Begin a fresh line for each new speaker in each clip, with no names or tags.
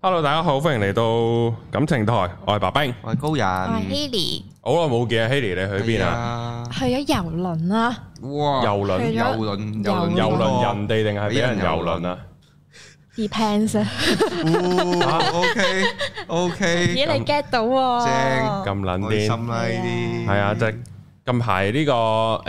Hello，大家好，歡迎嚟到感情台，我係白冰，
我係高
嗯
我係
人，
Haley，
好耐冇見啊，Haley 你去邊啊？
啊？
去咗遊輪啦，
哇！
遊輪
去咗
遊輪遊輪
遊
遊
輪人哋定係俾人遊輪啊？
depends 啊。
，OK OK，
咦，你 get 到
正
喎？啊
咁撚
開
癲，
心啦呢啲，
係啊！即係近排呢個誒，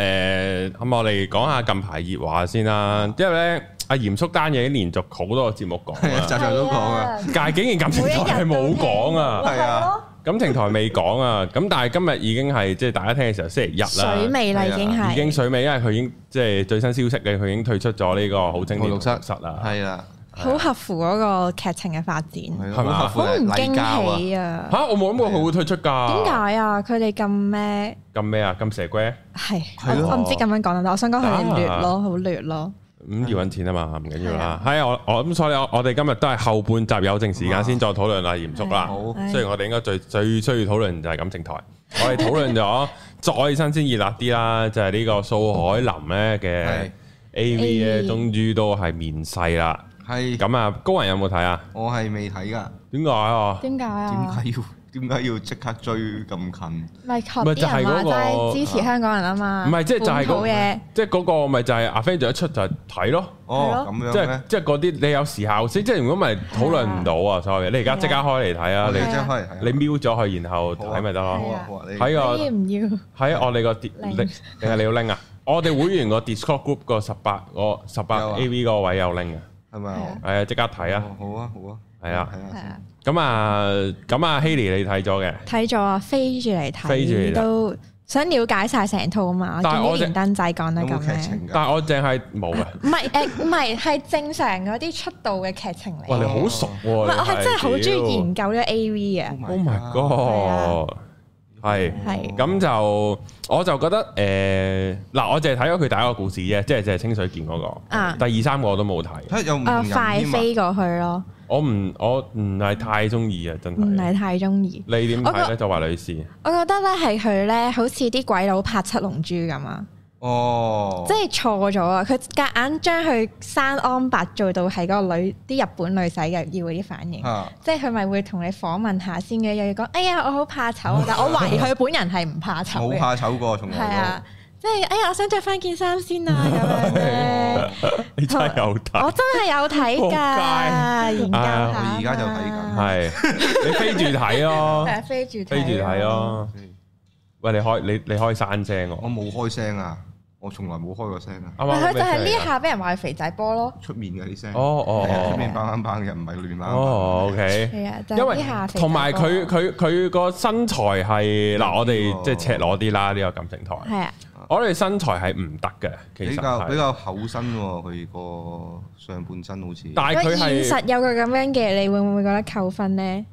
咁我哋講下近排熱話先啦，因為咧阿嚴叔單嘢連續好多個節目講
係啊，集
啊，
集都講啊，
但係竟然感情台係冇講啊，
係啊，
感情台未講啊，咁但係今日已經係即係大家聽嘅時候星期一啦，
水尾啦已經
啊已經
係，
水尾，因為佢已經即係最新消息嘅，佢已經退出咗呢個好青年
無毒室
室啦。
係啦，
好合乎嗰個劇情嘅發展，
係
係嘛啊
好
好唔
禮教
驚
啊，
喜啊！
嚇！我冇諗過佢會退出㗎。
點解啊？佢哋咁咩？
咁咩啊？咁蛇龜？
係
係咯
我我唔知咁樣講得唔得，我想講佢
啊
哋劣咯，好劣咯。
咁要揾錢啊嘛，唔緊要啦。係啊，我我咁所以我我哋今日都係後半集有剩時間先再討論啦，嚴肅啦。
好
唉
雖然我哋應該最最需要討論就係感情台，我哋討論咗再新鮮熱辣啲啦，就係呢個素海霖咧嘅
係
A V 咧，
AV
終於都係面世啦。
係，
咁啊，高人有冇睇啊？
我係未睇㗎，
點解啊？
點解
點
啊？
解要點解要即刻追咁近？
咪學
咪
啲
就係
人話
嗰個
齋支持香港人啊嘛，
唔係即係就係
本
嗰
土嘢，
即係嗰個咪就係阿 f r i e n d 一出就係睇咯。
哦，
係
咁
即
樣
係
咩？
即係嗰啲你有時效先，即係如果咪討論唔到啊，所有嘢你而家即刻開嚟睇啊，
我哋
你
即刻開嚟睇，
你瞄咗佢，然後睇咪得
好
咯。
啊好啊，你
喺
你
個
要唔要？
喺我哋個 di-
拎
定定係你要拎啊？我哋會員個 Discord group 個十八個十八
有啊
AV 個位有拎啊，
係咪啊？
係啊，即刻睇啊！
哦好啊好啊，
係啊
係
係啊。
咁啊，咁啊，Haley 你睇咗嘅，
睇咗啊，飛住嚟
飛住嚟
睇
睇
都想了解晒成套啊嘛。我見
但係我
啲
只
連登仔講得
有
咁
冇劇
樣，
情㗎？
但係我淨係冇啊！
唔係誒，唔係係正常嗰啲出道嘅劇情嚟。
哇，
唔
你好熟喎！
哦
係我係真係好中意研
研。
究呢個 A V 啊嘅，
Oh my
god！啊
god！係。
係
咁就我就覺得誒嗱、我淨係睇咗佢第一個故事啫，即係就係清水健嗰、個。
啊
第二三個我都冇睇，
嚇有唔同人
誒快
添啊
飛過去咯，
我唔我唔係太中意啊，真
唔
係。
係太中意。
你點
我
睇
覺
咧？就話女士，
我覺得咧係佢咧好似啲鬼佬拍七龍珠咁啊，
哦，
即係錯咗啊！佢夾硬將佢生安白做到係嗰個女啲日本女仔嘅要嗰啲反應。
嚇
即係佢咪會同你訪問下先嘅，又要講，哎呀，我好怕醜啊！但我懷疑佢本人係唔怕醜
冇
嘅，
怕醜過，從
係
來
啊，即係哎呀，我想着翻件衫先啊咁樣 咧。
你真係有睇
我真係有睇
仆
㗎，
街
研究下
啊
啊
我
嘛。
而家就睇緊
係你飛住睇 咯，
係啊飛住
飛住睇。咯。
都。
喂，你開你你開山聲
我
我，
冇開聲啊，我從來冇開過聲啊，
啱
咪
啱
佢就係
係
呢一下俾人話佢肥仔波咯，
出面嗰啲聲。
哦哦
係啊，出面
哦
棒棒棒嘅，唔係啊亂棒。
哦，OK。
係啊，就
因
係
為
呢下肥仔波。
同埋佢佢佢個身材係嗱，我哋
哦
即係赤裸啲啦，呢個感情台。
係啊，
我哋身材係唔得嘅，其
比
實
較比
係，
較厚身喎，佢個上半身好似。
但係
如果
佢
現
係
實有佢咁樣嘅，你會唔會覺得扣分咧？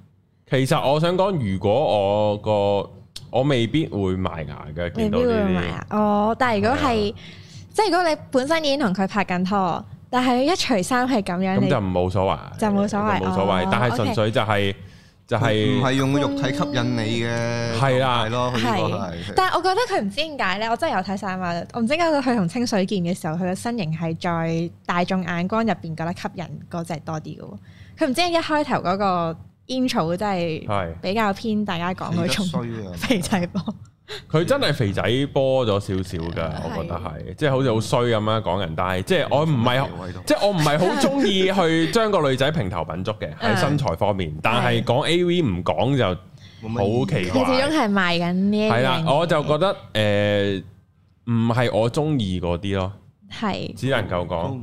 其實我想講，如果我個我未必會埋牙嘅，
未
見
必
到
會
呢
買
啲啊
啊！哦，但係如果係，即係如果你本身已經同佢拍緊拖，但係一除衫係咁樣，
咁
你
就冇所謂，
就冇所謂
冇所謂
哦。
但係純粹就係就
哦唔
係
係用個肉體吸引你嘅。
係啦
係咯，佢呢個
係
係。，
但係我覺得佢唔知點解咧，我真係有睇晒嘛。我唔知點解佢同清水健嘅時候，佢嘅身形係在大眾眼光入邊覺得吸引嗰只多啲嘅喎。佢唔知一開頭嗰個 intro 真係
係
比較偏大家講嗰
死得
種
衰啊！
肥仔波，
佢真係肥仔波咗少少㗎，我覺得係即係好似好衰咁樣講人，但係即係我唔係。
喺度
即係我唔係好中意去將個女仔平頭品足嘅喺
嗯
身材方面，但係講 A.V. 唔講就
冇乜
好奇
意義
佢始終係賣緊呢一樣嘢。
係啦，我就覺得誒唔係我中意嗰啲咯，
係
只能夠
都
哦
講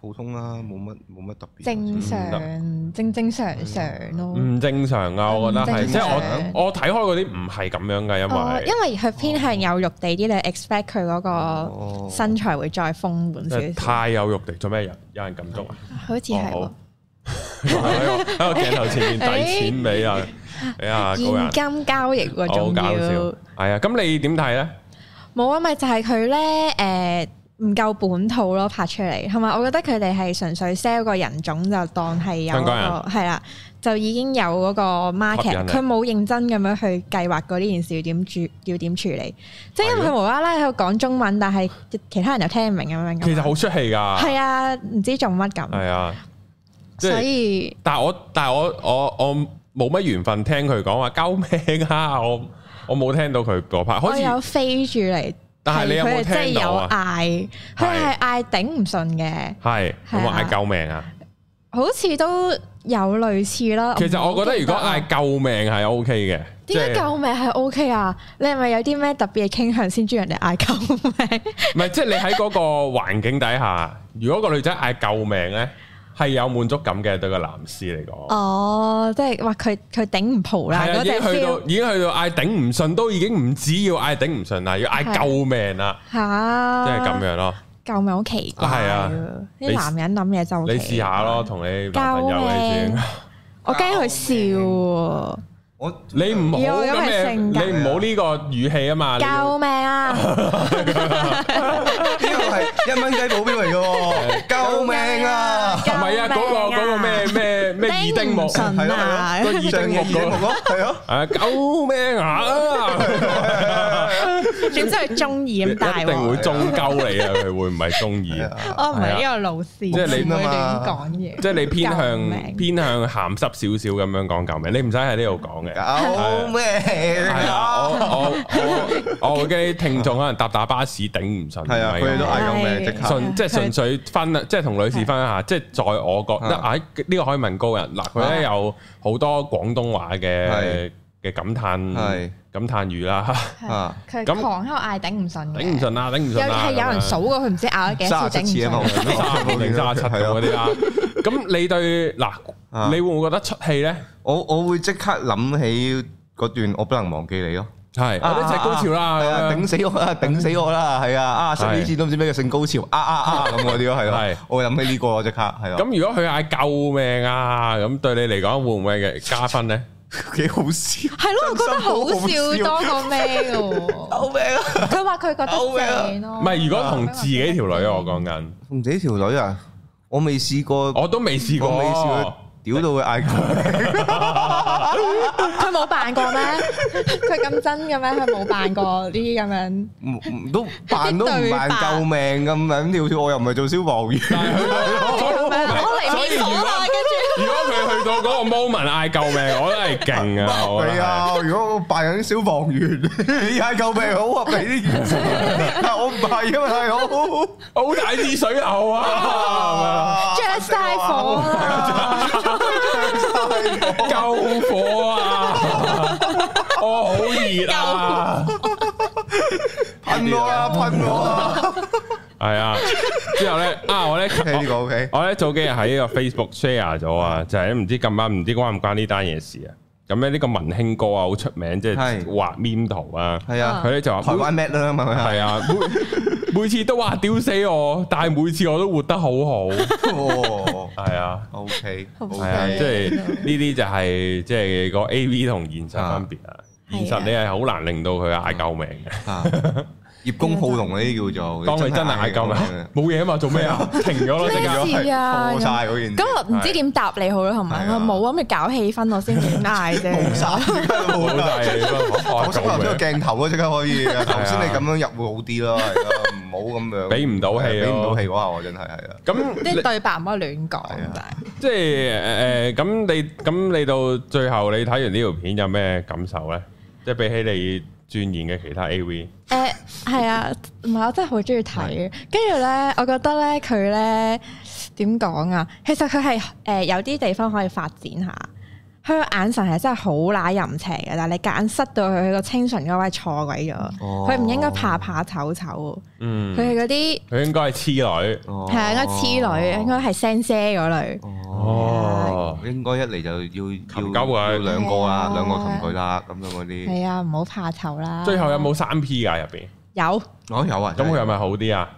普通啦，冇乜冇乜特別。
正
嗯
常、正正常常咯。
唔正常啊！我覺得係，
嗯唔正常
即係我我睇開嗰啲唔係咁樣嘅，
哦，
因
因為佢偏向有肉地啲，你 expect 佢嗰個
哦
身材會再豐滿
為
少少，
太有肉地，做咩人有人咁足啊？
好似係
哦
喎
好喺個喺個鏡頭前面遞錢俾
哎
啊俾啊高人
現，金交易喎，
好
仲
搞笑
要。
係啊！咁你點睇咧？
冇啊，咪就係佢咧誒唔夠本土咯，拍出嚟，同埋我覺得佢哋係純粹 sell 個人種就當係有
香
嗰
港人
個係啦，就已經有嗰個
吸引
market，
力
佢冇認真咁樣去計劃過呢件事要點處要點處理，即係因為佢無啦啦喺度講中文，但係其他人又聽唔明咁樣咁。
其實好出戲㗎，
係啊，唔知做乜咁。
係啊，即係
所以
但系我但系我我我冇乜緣分聽佢講話救命啊！我我冇聽到佢嗰 part，好
我
似
有飛住嚟，
但係你有冇
佢係真係
聽到
有
啊？
嗌，佢係嗌頂唔順嘅，
係有
係
冇
啊
嗌救命啊？
好似都有類似啦。
其實
唔好
我覺得
記
如果
啦
嗌救命係 O K 嘅，即
點解
係
救命係 O K 啊？你係咪有啲咩特別嘅傾向先中意人哋嗌救命？
唔係即係你喺嗰個環境底下，如果個女仔嗌救命咧，係有滿足感嘅對個男士嚟講。
哦，即係話佢佢頂唔蒲啦，
係啊，
嗰
已
隻
經去
feel
到已經去到嗌頂唔順，都已經唔止要嗌頂唔順啦，要嗌
係
救命啦，即
吓，
係咁。樣咯。
救命好奇怪
係啊
啊！
你
啲男人諗嘢就好
你
奇
試下咯，
怪，
同你男朋友你先。
我驚佢笑喎，
我
你唔好
要有咁
咁
嘅
嘅，
性格
你唔好呢個語氣 啊嘛。你要
救命啊！
呢個係一蚊雞保鏢嚟 嘅喎，
啊
救命啊！
唔係啊，啊嗰個嗰個咩咩咩耳釘
頂
木
唔，順
係咯
啊
係
個耳
上
釘
嘢
木
耳
嗰
釘
個
目咯，係咯，
啊，救命啊！
點知佢中意咁大啊
一定會
喎？
中鳩你啊！佢會唔係中意？
啊
我唔係呢個路
係啊
線，
即係你
唔會亂講嘢。
即係你偏
救
向
命
偏向鹹濕少少咁樣講救命，你唔使喺呢度講
啊
嘅。
救命
係啊，
啊！
我我我我嘅聽眾可能搭搭巴士頂唔順，
係
唔
啊，
係咁
佢哋都嗌救命，即刻
純即係純粹分，啊即係同女士分享下，即係在我覺得啊，呢個可以問高人嗱，佢咧有好多廣東話嘅
係
嘅感嘆
係
感嘆語啦，
啊，
佢
咁
狂喺度嗌頂唔順嘅，
頂唔順啦，啊頂唔
有
順啦，
係有人數過佢唔知嗌咗幾多次
37次
頂
啊嘛
唔順。
咁樣三十定三十七咁嗰啲啦。咁你對嗱，
啊
你會唔會覺得出戲咧？
我我會即刻諗起嗰段我不能忘記你咯。
係
啊
我都係高潮啦，
係啊，
咁樣
頂死我啦，頂死我啦，係啊，啊十
係
幾次都唔知咩叫性高潮，啊啊啊咁嗰啲咯，係
係
咯，我會諗起呢個咯，即刻係啊，
咁如果佢嗌救命啊，咁對你嚟講會唔會嘅加分咧？
幾好笑，
係咯，我覺得好笑多過咩嘅喎。
救命啊！
佢話佢覺得正咯，
唔係，如果同自己條女啊，我講緊，
同自己條女啊，我未試過，
我都未試過，
我未試過屌到佢嗌佢，
佢冇扮過咩？佢咁真嘅咩？佢冇扮過呢啲咁樣。
唔唔都扮都唔扮救命咁樣跳跳，我又唔係做消防員，
但 係佢
我嚟
哦所以
廁
如
所
果
啦，跟
如果佢去到嗰個 moment 嗌救命， 我都係勁啊！我覺得
係啊，如果我扮緊消防員， 你嗌救命好合理呢件事，但我唔係啊嘛，大佬。
好大支水喉 啊！
住着晒火啦，
救火 啊！我好熱啊！
噴我啊！噴我啊！
係啊，之後咧啊，我咧
OK 呢個 OK，
我咧早幾日喺呢個 Facebook share 咗啊，就係唔知咁啱，唔知關唔關呢單嘢事啊？咁咧呢個文興哥啊，好出名，即係
係
畫 meme 圖啊。
係啊
佢，咧就話
台灣 Mad 啦嘛，係咪啊？
係啊，每 每次都話屌死我，但係每次我都活得好好。
哦
係啊。
，OK
系啊，
係
即
OK，
係呢啲就係即係個 A V 同現實分別啊。
係啊
現實你係好難令到佢嗌救命嘅，
啊葉公好龍呢啲叫做，
當佢真係嗌救命，
à.
冇嘢啊嘛，做咩 啊？停咗咯，即
咩
刻。
事啊？
破晒嗰件事，
咁我唔知點答你好啦，同埋
係
我
啊
冇啊，咪搞氣氛我先至嗌啫。
冇晒，
冇
冇晒。
晒
我
嘢，
想
嗌
留
救
咗個
命，
鏡頭啊，即刻可以。頭先你咁樣入會好啲咯，係咯，唔好咁樣。
俾唔到氣
俾唔
咯
到氣嗰下，我真係係啊。
咁
啲
你
對白唔可以亂講，
係啊
但係
即係诶，誒咁你呃咁你到最後你睇完呢條片有咩感受咧？即係比起你鑽研嘅其他 A V，
誒係啊，唔係我真係好中意睇，跟住咧，我覺得咧佢咧點講啊？其實佢係誒有啲地方可以發展下，佢個眼神係真係好乸淫邪嘅，但係你夾硬塞到佢佢個清純嗰位錯鬼咗，
哦
佢唔、應該怕怕醜醜喎，
嗯
佢，係嗰啲
佢應該係痴女，
係啊，應該黐女，應該係聲姐嗰類，
哦。
哦，
應該一嚟就要
鳩
要
佢
要兩個
係
啦，
啊
兩個同佢啦，咁樣嗰啲。
係啊，唔好怕醜啦。
最後有冇三 P 㗎入边？
有？
哦，有啊，
咁佢係咪好啲啊？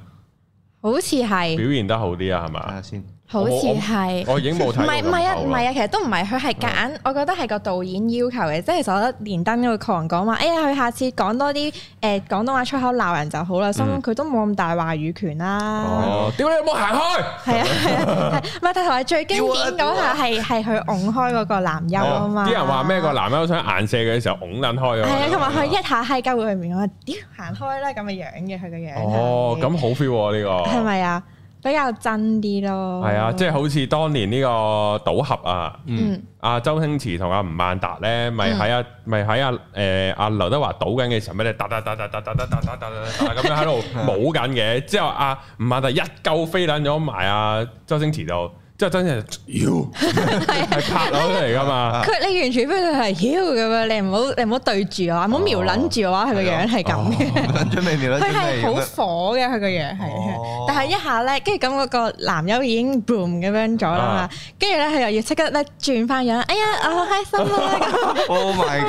好似係，
表現得好啲啊？係
睇
嘛
下？先。
好似係。
我已經冇
唔
睇到咁
係唔係啊，
後啦
唔係啊，其實都唔係，佢係夾
啊
硬，我覺得係個導演要求嘅，即係其實我覺得連登嗰個狂講話，哎呀，佢下次講多啲誒廣東話粗口鬧人就好啦，心諗佢都冇咁大話語權啦。
嗯哦，屌你有冇行開？
係啊 係啊，係唔係？但係同埋最經典嗰下係係佢拱開嗰個男優啊嘛。
哦啲人話咩個？男人想顏射嘅時候拱撚開
係
啊嘛
啊，同埋佢一下閪鳩佢面，我話屌行開啦咁嘅樣嘅佢嘅樣係。
哦哦，咁好 feel 喎呢個
係咪啊？比較真啲咯。
係啊，即係好似當年呢個賭俠啊，
嗯
阿周星馳同阿吳孟達咧，咪喺阿咪喺阿诶阿劉德華賭緊嘅時候，咩咧哒哒哒哒哒哒哒哒哒哒咁樣喺度舞緊嘅，之後阿吳孟達一鳩飛撚咗埋阿周星馳度，之後周星馳妖係拍攞出嚟噶嘛，
佢你完全 feel 到係妖咁樣，你唔好你唔好對住我，唔好瞄撚住我啊！
哦
佢個樣係咁嘅。
準備瞄啦，
佢
準備
係好
咁樣
火嘅，佢個樣係啊
哦，
但係一下咧，跟住咁嗰個男優已經 boom 咁樣咗啦嘛
啊，
跟住咧佢又要即刻咧轉翻樣，哎呀，我好開心 啊！
Oh my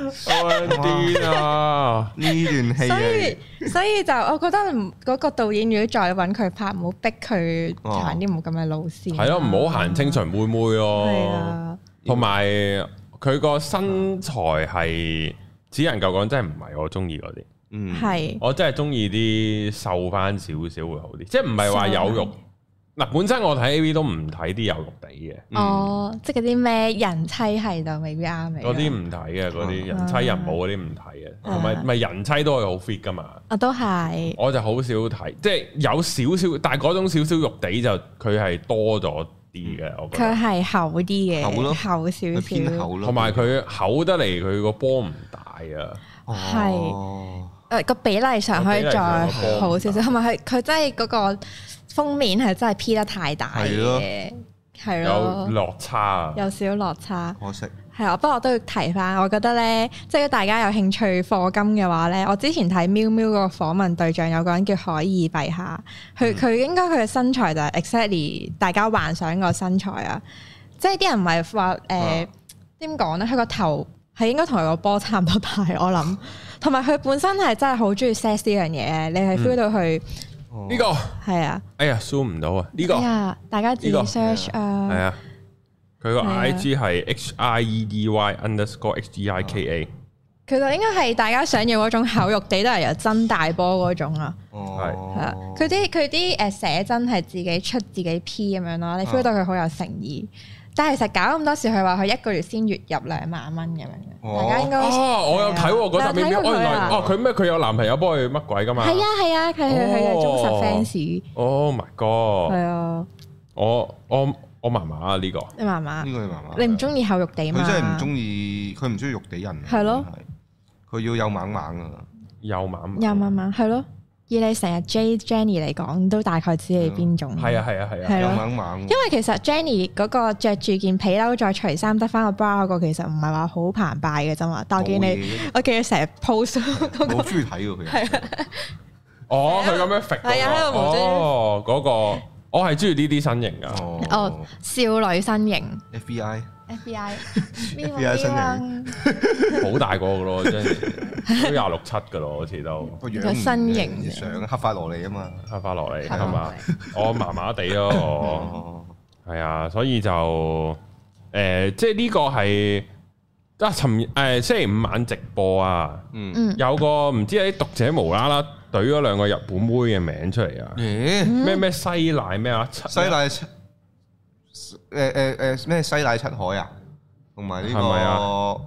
god！
癲啊！
呢段戲
咁所
係
以所以就我覺得唔嗰個導演如果再揾佢拍，唔好逼佢行啲冇咁嘅路線。
哦
啊
係咯，唔好行清純妹妹
係
咯。
啊，
同埋佢個身材係只能夠講真係唔係我中意嗰啲，
嗯
係
我真係中意啲瘦翻少少會好啲，即係唔係話有肉
瘦。啊
嗱，本身我睇 A V 都唔睇啲有肉地嘅，
嗯
哦，即係嗰啲咩人妻係就未必啱你。
嗰啲唔睇嘅，嗰啲人妻人母嗰啲唔睇嘅，同
啊嗯
埋咪人妻都係好 fit 噶嘛，
我啊都係，
我就好少睇，即係有少少，但係嗰種少少肉地就佢係多咗啲嘅，我覺
嗯佢
得。
係厚啲嘅，
厚咯
厚少
佢偏
少。
厚咯，
同埋佢厚得嚟，佢個波唔大啊。
係
誒呃個比例上可以再好少少，同埋佢佢真係嗰個封面係真係 P 得太大
係
嘅
咯，
係
有
咯，
落差啊，
有少落差。
可惜，
係啊，不過我都要提翻，我覺得咧，即係如果大家有興趣課金嘅話咧，我之前睇喵喵嗰個訪問對象有個人叫海爾陛下，佢
嗯
佢、應該佢嘅身材就係 exactly 大家幻想個身材啊，即係啲人唔係話誒
啊
點講咧，佢個頭係應該同佢個波差唔多大，我諗，同埋佢本身係真係好中意 sex 呢樣嘢，你
嗯
係 feel 到佢
呢
呢
個
係啊，
哎呀 zoom 唔到啊，呢個
哎呀，大家自己
呢個
search
係
啊，
啊，佢個
係啊
I G 係 H I E D Y underscore H E I K A，
佢就應該係大家想要嗰種厚肉地都係由真大波嗰種啊。
哦
係啊，佢啲佢啲誒寫真係自己出自己 P 咁樣咯，
啊
你 feel 到佢好有誠意。但係其實搞咁多事，佢話佢一個月先月入兩萬蚊咁樣嘅，
哦
大家應該
哦，我有睇喎
係啊
嗰集
你有
片
睇
片，哦原
過佢
來
啊
哦佢咩佢有男朋友幫佢乜鬼噶嘛？
係啊係啊，佢佢佢係忠實
哦
fans，
，Oh my
係
god，
哦
啊，
我我我麻麻啊呢個，
你麻麻
呢，個係麻麻，
你唔中意厚肉地嘛？
嗯佢真係唔中意，佢唔中意肉地人，
係咯
真係，佢要有猛猛啊，
又麻麻，
又麻麻，啊係咯。以你成日 J Jenny 嚟講，都大概知你邊種。
嗯
係啊係啊係啊，
係
有
咯
猛猛喎，
因為其實 Jenny 嗰個着住件皮褸再除衫得翻個 bra 嗰個，其實唔係話好澎湃嘅啫嘛。但我見你，
冇
我見你成日 post 嗰
嘢
個
我好中意睇喎佢，
哦佢咁樣揈嗰個，
係啊喺度無端端
哦嗰個我係中意呢啲身形噶，
哦，少女身形
FBI
，FBI
FBI 身形
好大個噶咯，真係都廿六七噶咯，好似都。
個樣
個
唔
身形
相黑髮落嚟啊嘛，
黑花落嚟
黑
係
花
嘛？我麻麻地咯，我
哦，
係啊，所以就誒、呃即係呢個係啊，尋誒、呃星期五晚直播啊，
嗯，
嗯，
有個唔知啲讀者無啦啦懟咗兩個日本妹嘅名出嚟啊，
咦，
咩咩西奶咩啊，七
西奶七，誒誒誒咩西奶七海啊，同埋呢
係咪啊
個，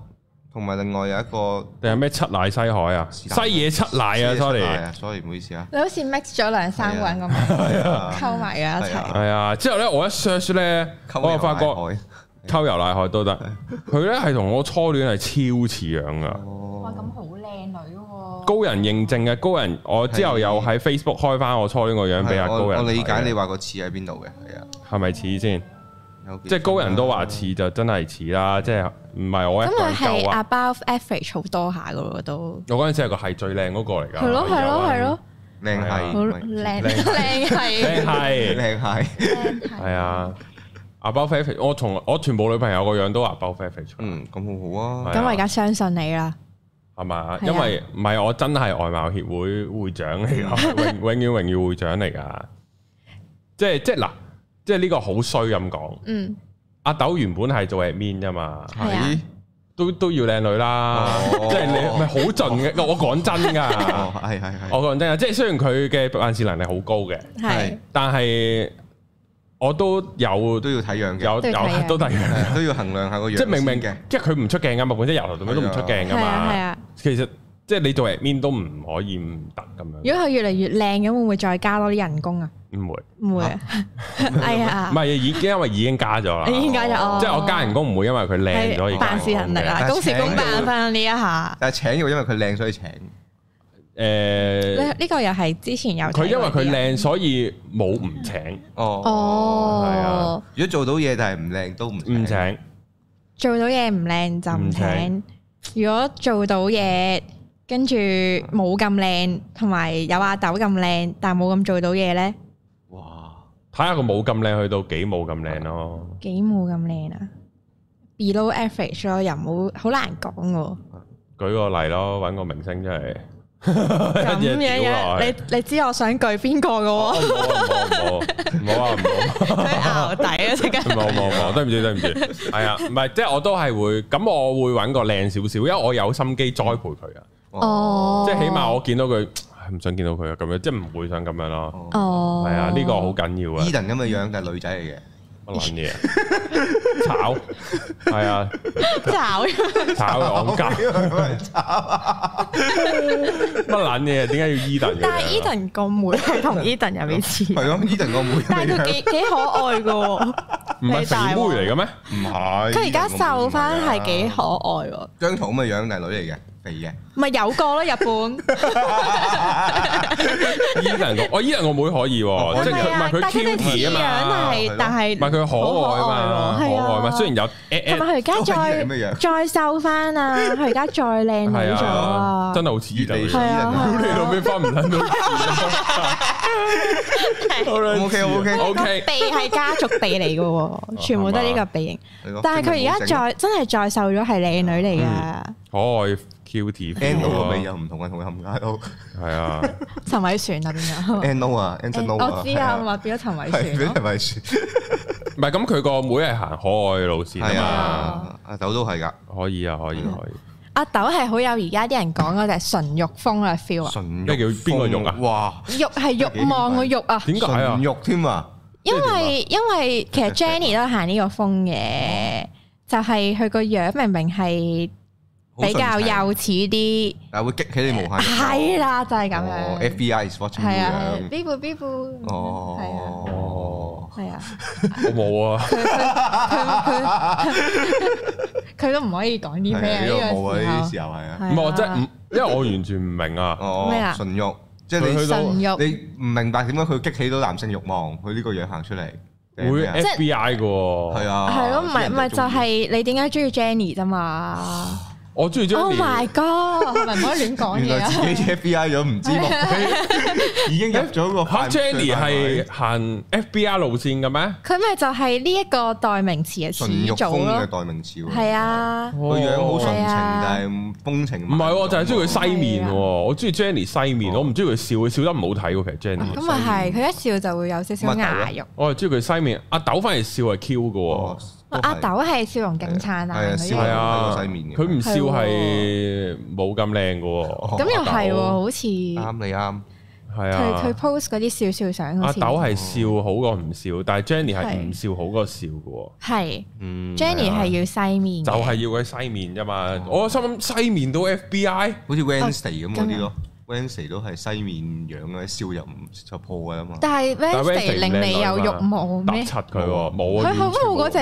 同埋另外有一個。
定係咩七奶西海啊，
是但
西野七奶啊，sorry，
sorry，唔好意思啊。
你好似 mix 咗兩三個人咁樣
啊
溝埋咗一
係
齊
啊，
係啊，之後咧我一 search 咧，我哦就發覺
海，
溝油奶海都得，佢咧係同我初戀係超似樣噶。
哇，咁好靚女喎，
高人認證嘅高人，我之後又喺 Facebook 開翻我初戀個樣俾阿
啊我
高人睇嘅。啊
我理解你話個似喺邊度嘅，係啊，
係咪似先？
有幾啊
即係高人都話似就真係似啦，即係唔係我一
咁
個
佢
人
係
夠啊！
above average 好多下噶咯都，
我嗰陣時係個係最靚嗰個嚟㗎。
係咯係咯係
係啊
咯，
靚係，
好
唔係
靚靚
靚
係
係
靚係，
靚
係，啊！阿包肥肥，我從我全部女朋友個樣都話包肥肥出，
嗯，咁好好啊，
咁我而家相信你啦，
係嘛？
係啊
因為唔係我真係外貌協會會長嚟 㗎，永永遠榮譽會長嚟㗎。即係即係嗱，即係呢個好衰咁講。
嗯，
阿豆原本係做 admin 啫嘛。
係啊
係，
都都要靚女啦，
哦
啊即係你咪好盡嘅。我講真
哦
噶，，
係係係，
我講真啊，即係雖然佢嘅辦事能力好高嘅，
係
係
但係我都有
都要睇樣嘅，
有
都要睇
有
嘅
都睇嘅，
都要衡量下個樣，
即係明明
嘅，
即係佢唔出鏡噶嘛，本身由頭到尾都唔出鏡噶
係啊係
嘛。
啊，
其實即係你做 admin 都唔可以唔得咁樣，
如果佢越嚟越靚咁，會唔會再加多啲人工啊？
唔會，
唔會 啊，係啊
唔，係已經因為已經加咗啦，
已經加咗哦。
即係我加人工唔會因為佢靚咗而
係
加
辦事人力
人工嘅
啦，
但係
公事公
請
辦翻呢一下。
但係請要因為佢靚所以請，
誒
呢呢個又係之前有
佢因為
睇過
佢
啲
靚，
人
所以冇唔請，
哦，
係啊，
哦
如果做到嘢但係唔靚都唔
唔請，
做到嘢唔靚就唔請。如果做到嘢跟住冇咁靚，同埋有阿豆咁靚，但冇咁做到嘢咧，
哇！
睇下佢冇咁靚去到幾冇咁靚咯。
幾冇咁靚啊！below average 咯，又冇好難講 喎。
舉個例咯，揾個明星出 嚟，
咁
一嘢
樣
屌落
樣，
去哦
你你知我想舉邊個
冇啊冇啊冇啊冇啊冇啊冇
嘅 喎？佢熬底啊！即刻
冇冇，對唔住對唔住，係啊，唔係即係我都係會，咁我會揾個靚少少，因為我有心機栽培佢啊，
哦，
即係起碼我見到佢，唉唔想見到佢啊，咁樣即係唔會想咁樣咯，
哦，
係啊，呢個 好緊要啊，
Eden 咁嘅樣，但係女仔嚟嘅，
乜撚嘢啊，炒係啊，
找
炒嘅戇鳩，乜撚嘢？啊點解要伊頓嘅？
但係 Eden 個妹係同 Eden 有啲似，
係咯，Eden 個妹咁
但係
嘅
佢
樣，
幾幾可愛嘅喎。
唔係肥妹嚟嘅咩？
唔係。
佢而
Eden
家
個妹
瘦翻係幾
唔係
可
啊？
愛喎，
姜濤咁嘅樣，但係女嚟嘅，肥嘅。
咪有個咯日本，
伊頓個，我伊頓個妹可以喎，即係佢唔係佢
哦但佢哋似
cute 啊
樣
嘛，
係，但係
唔係佢可愛嘛，
好
可
可愛喎係啊
愛嘛，雖然有 at at
同埋佢而家
都係
再
咁嘅樣
再瘦翻啊，佢而家再靚女
à.
咗啊，
真係好似伊頓，
係啊
屌
係
你老味翻唔撚到
OK OK，
O
個
K，
鼻係家族鼻嚟嘅喎，全部都係呢個鼻型，但係佢而家再真係再瘦咗係靚女嚟噶，
可愛 cute
Anno 個味
啲
又唔同啊，同佢冚家 都
係啊，
陳偉璇啊變咗，
Anno 啊，Anno 啊，
我知啊，話變咗陳
係
偉璇
俾
咯
人，咪算
唔係咁佢個妹係行可愛路線
係
啊
啊，阿豆都係㗎，
嘛，可以啊，可以可以，
阿豆係好有而家啲人講嗰隻純欲風嘅 feel 啊，
純
咩叫邊個肉啊
哇！
欲係欲望嘅欲啊。
點解啊
純？肉添啊！
因
即係點啊
為因為其 實 Jenny 都係行呢個風
哦
嘅，就係佢個樣明明係比較幼齒啲，
但會激起你無限。
係啦，就係咁
哦
樣，
，FBI is watching
係啊
咁，樣。
邊部邊部，
哦，哦，
係啊，
我冇啊，
佢 佢佢佢都唔可以講啲咩
呢
啊呢
個
個
冇啊，
時
呢啲
候
時候係啊。
唔係我真係唔
係啊，
因為我完全唔明啊，
哦，
咩啊
純欲，即係你
佢去到
神肉
你唔明白點解佢激起到男性慾望，佢呢個樣行出嚟，
會
係
F B I 嘅喎，
啊，
係咯，唔係唔係就
係
係你點解中意 Jenny 啫嘛
我中意
？Oh my
張
god！係咪唔可以亂講
原
嘢
來
啊！
自己 FBI 咗唔知莫非 已經入咗個
嚇
犯罪
Jenny
範圍
係行 F B I 路線嘅咩？
佢咪就係呢一個代名詞嘅
純欲
始祖
風嘅
咯，
代名詞喎，
係啊。
個
個樣好純情，
係啊
但係風情
哦唔係喎，就係中意
西
佢西面
係
喎，
啊
我中意 Jenny 西面，
哦啊
我唔中意佢笑，佢笑得唔好睇喎。其實 Jenny，
咁咪係，佢一笑就會有少少牙肉。
我係中意佢西面。阿豆反而笑係 Q 嘅喎，
喎
阿豆啊係笑容勁燦爛
哦係啊
嗰
笑
啲
容
係
人，
啊，
西面嘅
佢唔笑係冇咁靚嘅喎。
哦
咁又係喎，好似
啱啊你啱，
係
佢佢
啊，
post 嗰啲笑笑相好
阿
似
豆係笑好過唔笑，但係 Jenny 係唔笑好過笑嘅喎。
係
嗯
Jenny
係啊
係要西面嘅，
就係要佢西面啫嘛，
哦
我心諗西面都 FBI，
好似 Wednesday
哦
咁嗰啲咯，Wednesday
啊
都係西面樣嘅，一笑又唔就破㗎啦嘛。
但係
但係
Wednesday 令你有欲望
揼
咩？
柒佢
哦
喎，冇啊，
佢好
完全
冇嗰隻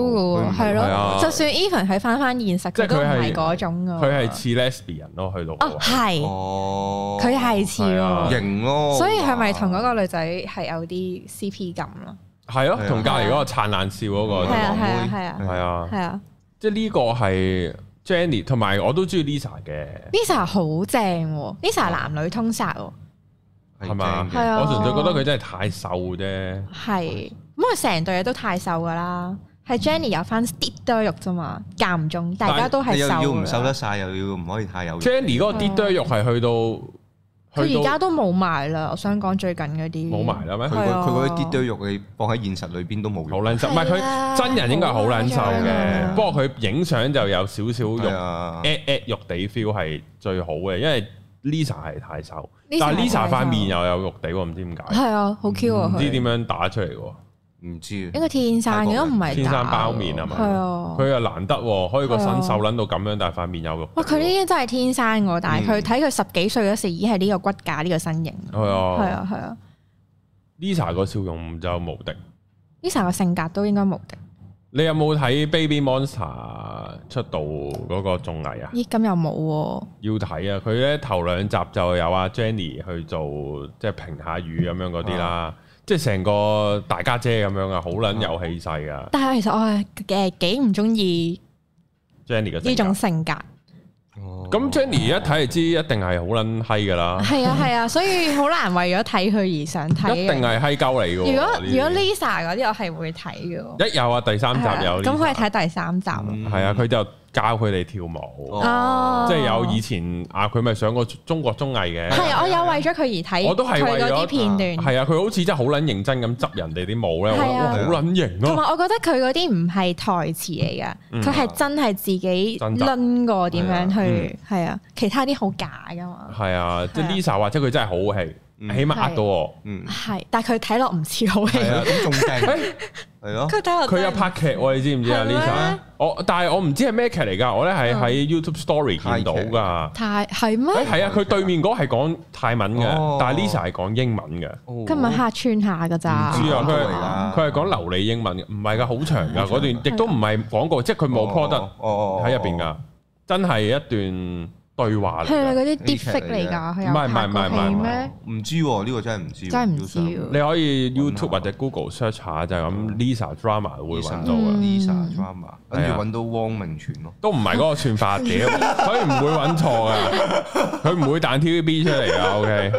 佢
嘅
唔
喎，係
係啊
咯。就算 even 佢翻翻現實，
即係
佢都唔
佢係
係嗰種嘅喎。
佢係似 lesbian 咯，去到嗰個
哦，係
哦，
佢係似
係啊
喎，
型咯，
所以係咪同嗰個女仔係有啲 CP 感咯？
係
係
咯
啊，
同隔離嗰個燦爛笑嗰個
係
係啊係啊係啊
係啊。
嗯
係啊
即係呢個係 Jenny，同埋我都中意 Lisa 嘅，
，Lisa 好正喎，Lisa 男女通殺喎。
係嘛？
係
係啊
我純粹覺得佢真係太瘦啫。
嗯
係，咁佢成隊嘢都太瘦噶啦，係 Jenny 有翻啲多肉啫嘛，間唔中大家都係
你又
瘦
要唔
㗎
瘦得晒，又要唔可以太有型。
Jenny 嗰個啲堆肉係去到，去
嗯佢而家
到
都冇埋啦，我想講最近嗰啲
冇埋啦咩？
佢
係
嗰
啊
佢嗰啲啲堆肉，你放喺現實裏邊都冇
好
用。
撚瘦，唔係
係
佢
啊
真人應該係好撚瘦
係
嘅，
啊
不過佢影相就有少少
係
肉
啊，
at at 肉地 feel 係最好嘅，因為 Lisa 係太瘦，
Lisa
但係
係
Lisa
太
塊
瘦啊
面又有肉地喎，唔知點解，
係啊，好 Q 啊
唔知
佢，
點樣打出嚟喎。
唔知
應該天生嘅，
泰
如
國
果
人
唔係
天生
假
包面啊嘛
係啊，
佢又難得喎，可以個
係啊
身瘦撚到咁樣，但係塊面有肉。
哇！佢呢啲真係天生喎，但係
嗯
佢睇佢十幾歲嗰時已經係呢個骨架呢個身形，
係
係
啊
啊係啊。
，Lisa 個笑容就無敵。
Lisa 個性格都應該無敵。
啊你有冇睇 Baby Monster 出道嗰個綜藝啊？
咦？咁又冇喎。
要睇啊！佢咧頭兩集就有阿 Jenny 去做即係評下語咁樣嗰啲啦，即係成個大家姐咁樣啊，好撚有氣勢啊噶
但係其實我係誒幾唔中意
Jenny 嘅
呢
性
種性格。
格。咁 Jenny 一睇就知一定係好撚閪噶啦，
係啊係啊，所以好難為咗睇佢而想睇。啊
一定。係閪鳩嚟噶。
如果
呢啲
如果 Lisa 嗰啲，我係會睇嘅喎。
一有啊第三集有
係啊咁可以
睇
睇第三集。
係啊，佢就教佢哋跳舞，
哦
哦，
即係有以前啊，佢咪上過中國綜藝嘅。
係啊我有為咗佢而睇，
我都係為
佢
咗
嗰啲片段。
係啊，佢好似真係好撚認真咁執人哋啲舞咧，我覺得
係啊
哇好撚型咯
同埋。我覺得佢嗰啲唔係台詞嚟噶，
嗯
佢係真係自己
真㗎
攆過點樣
係嗯
去，係啊，其他啲好假噶嘛，
係啊，即係
係啊
Lisa 或者佢真係好戲，
嗯
起碼呃到我。
嗯，
係，但係佢睇落唔似好戲，
係啊，咁 仲勁，
誒
係咯，
佢睇落
佢有
真係
拍劇喎，你知唔知啊
係咩
？Lisa，我但係我唔知係咩劇嚟㗎，我咧係
嗯哦
喺 YouTube Story 見到㗎。
太係
誒
咩？
係啊，佢對面嗰個係講泰文
哦
嘅，但係 Lisa 係講英文嘅。
佢唔係客串下噶咋，
唔知啊，
啊
佢佢係講流利英文嘅，唔係㗎，好長㗎哦嗰段，亦都唔係廣告，即係佢冇
哦
product 喺入邊㗎，真係一段對話嚟
係啊，
㗎。
嗰啲
劇
d e f a k 嚟㗎，佢
唔
有
係唔係
拍
唔
過
係
戲
唔係
咩？
唔知喎，呢個真係唔知喎，
真係唔知喎
你可以
揾下
YouTube 或者 Google search 下就係咁 Lisa drama 會揾到嘅。
嗯
Lisa drama，跟住
係啊
揾到汪明荃咯，
都唔係嗰個算 法嘅，所以唔會揾錯噶，佢唔會彈 TVB 出嚟噶，OK，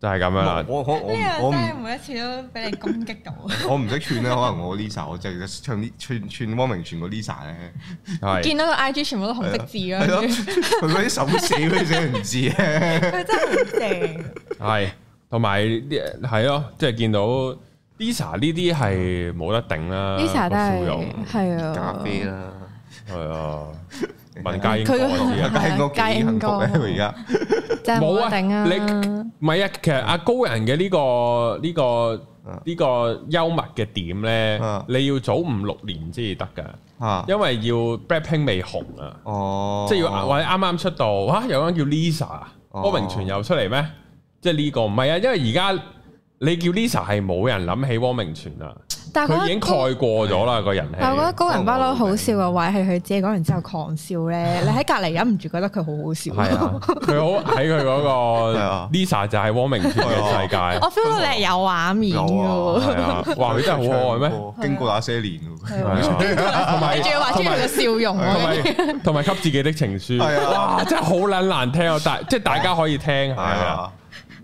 就係咁樣啦。
我我
哎
我唔我唔
每一次都俾你攻擊到，
我唔識串咧，可能我 Lisa，我淨係唱啲串串汪明荃個 Lisa 咧，
係啊
見到個 IG 全部都紅色字
係咯，
咯，
佢嗰啲手寫嗰啲寫唔知咧，
佢真係好正。
係，同埋啲係咯，即係見到 Lisa 呢啲係冇得頂啦
Lisa
個
都
笑容
係係啊，
咖啡啦。
係啊，文佳英歌
佢嗰個
嗰啲啊
係
家英哥幾幸福咧，佢而家
真係
冇
冇
啊
得頂啊！
你唔係啊，其
嗯
實阿高人嘅呢個呢個呢個幽默嘅點咧
啊，
你要早五六年先至得噶，
嚇
因為要 Blackpink 未紅啊。
哦，
即係要或者啱啱出道，哇！有人叫 Lisa，
哦
柯明全又出嚟咩？即係呢個唔係啊，因為而家你叫 Lisa 係冇人諗起柯明全啦，
但係
佢
嗰
已經蓋啊過咗啦個人氣。啊
嗯但係我覺得高人不嬲好笑嘅位係佢自己講完之後狂笑咧，你喺隔離忍唔住覺得佢好好笑。
係啊，佢好喺佢嗰
係
個
啊
Lisa 就係汪明荃嘅世界，
我 feel 到你係有畫面嘅
有
喎，
係 啊，哇！佢真係好可愛咩？
經過那些年喎，
係啊
係啊同埋
你 仲要畫出佢嘅笑容啊
同
喎。
埋同埋給自己的情書，
係啊
哇！真係好撚難聽啊！ 但即係大家可以聽
係
下啊
啊，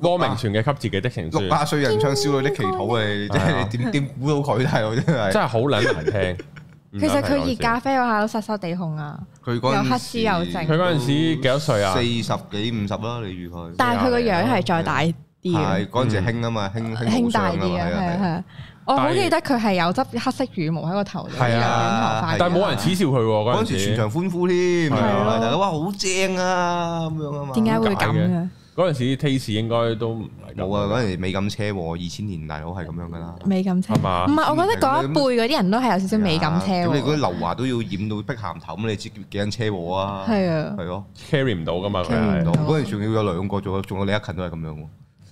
汪明荃嘅給自己的情
六
書，
百歲人唱少女的祈禱啊！你
係啊
真係點點估到佢係我真係
真係好撚難聽。唔
其實
撚係
佢
講
熱
笑
咖啡啊嗰下都殺殺地控啊，
佢嗰陣
又黑絲又剩
佢嗰陣時幾多歲啊
四十幾五十啦，你預佢
但係佢個樣係再大啲嘅，
係嗰陣時興啊嘛，興興
輕
無
大
雙
啲
啊嘛係啊
嘅，係啊係
係啊
啊。我好記得佢係有執黑色羽毛喺個頭度，
係
短頭
啊
髮嘅。
但係冇人恥笑佢喎，
嗰
嗰
陣
陣
時
時
全場歡呼添，
係啊
大家哇好正啊咁樣啊嘛，
點解會
點
咁
解
嘅？
嗰陣時啲 taste 應該都唔係咁
冇啊？嗰陣時美感車禍，二千年大佬係咁樣噶啦。
美感車
係嘛
唔係，我覺得嗰一輩嗰啲人都係有少少美感車
咁你嗰啲
喎。
劉華都要染到碧鹹頭，咁你知幾幾人車禍啊？
係啊
係咯，
carry 唔到噶嘛，佢係
carry 唔到
嗰陣仲要有兩個，仲有仲有李克勤都係咁樣喎。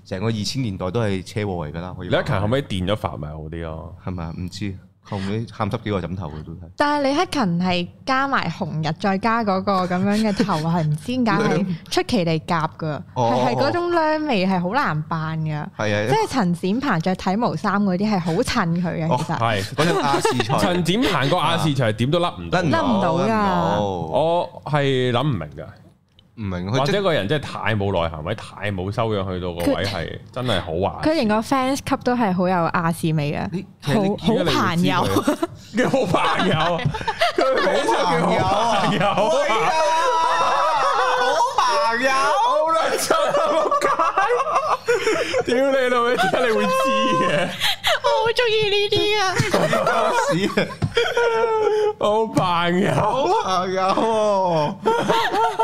成個二千年代都係車禍嚟㗎啦，可以
李克勤後尾電咗髮咪好啲 咯，
係咪啊唔知後尾喊濕幾個枕頭嘅都係。
但係李克勤係加埋紅日，再加嗰個咁樣嘅頭，係唔知點解係出奇地夾噶，
哦
係係嗰種孏味係好難扮噶。 即
係啊，
係陳展鵬着體毛衫嗰啲係好襯佢嘅，
哦
其實
係
嗰隻亞視 菜
陳展行個亞視場係點都甩唔到
甩唔，
甩唔到㗎
甩唔到
我係諗唔明㗎，
唔明
或
佢即
者個人真係太冇內涵，或者太冇修養，去到個位係真係好玩。
佢連個 fans 級都係好有亞視味嘅，
你其
好
實你
好
見得你會
朋
知
友。
佢叫好朋友，啊佢名就叫好朋友，
好朋友，
好啦，真係仆啊街！屌你老味，點解你會知嘅？
我好中意呢啲啊！
屎啊
好朋友。
好朋友喎，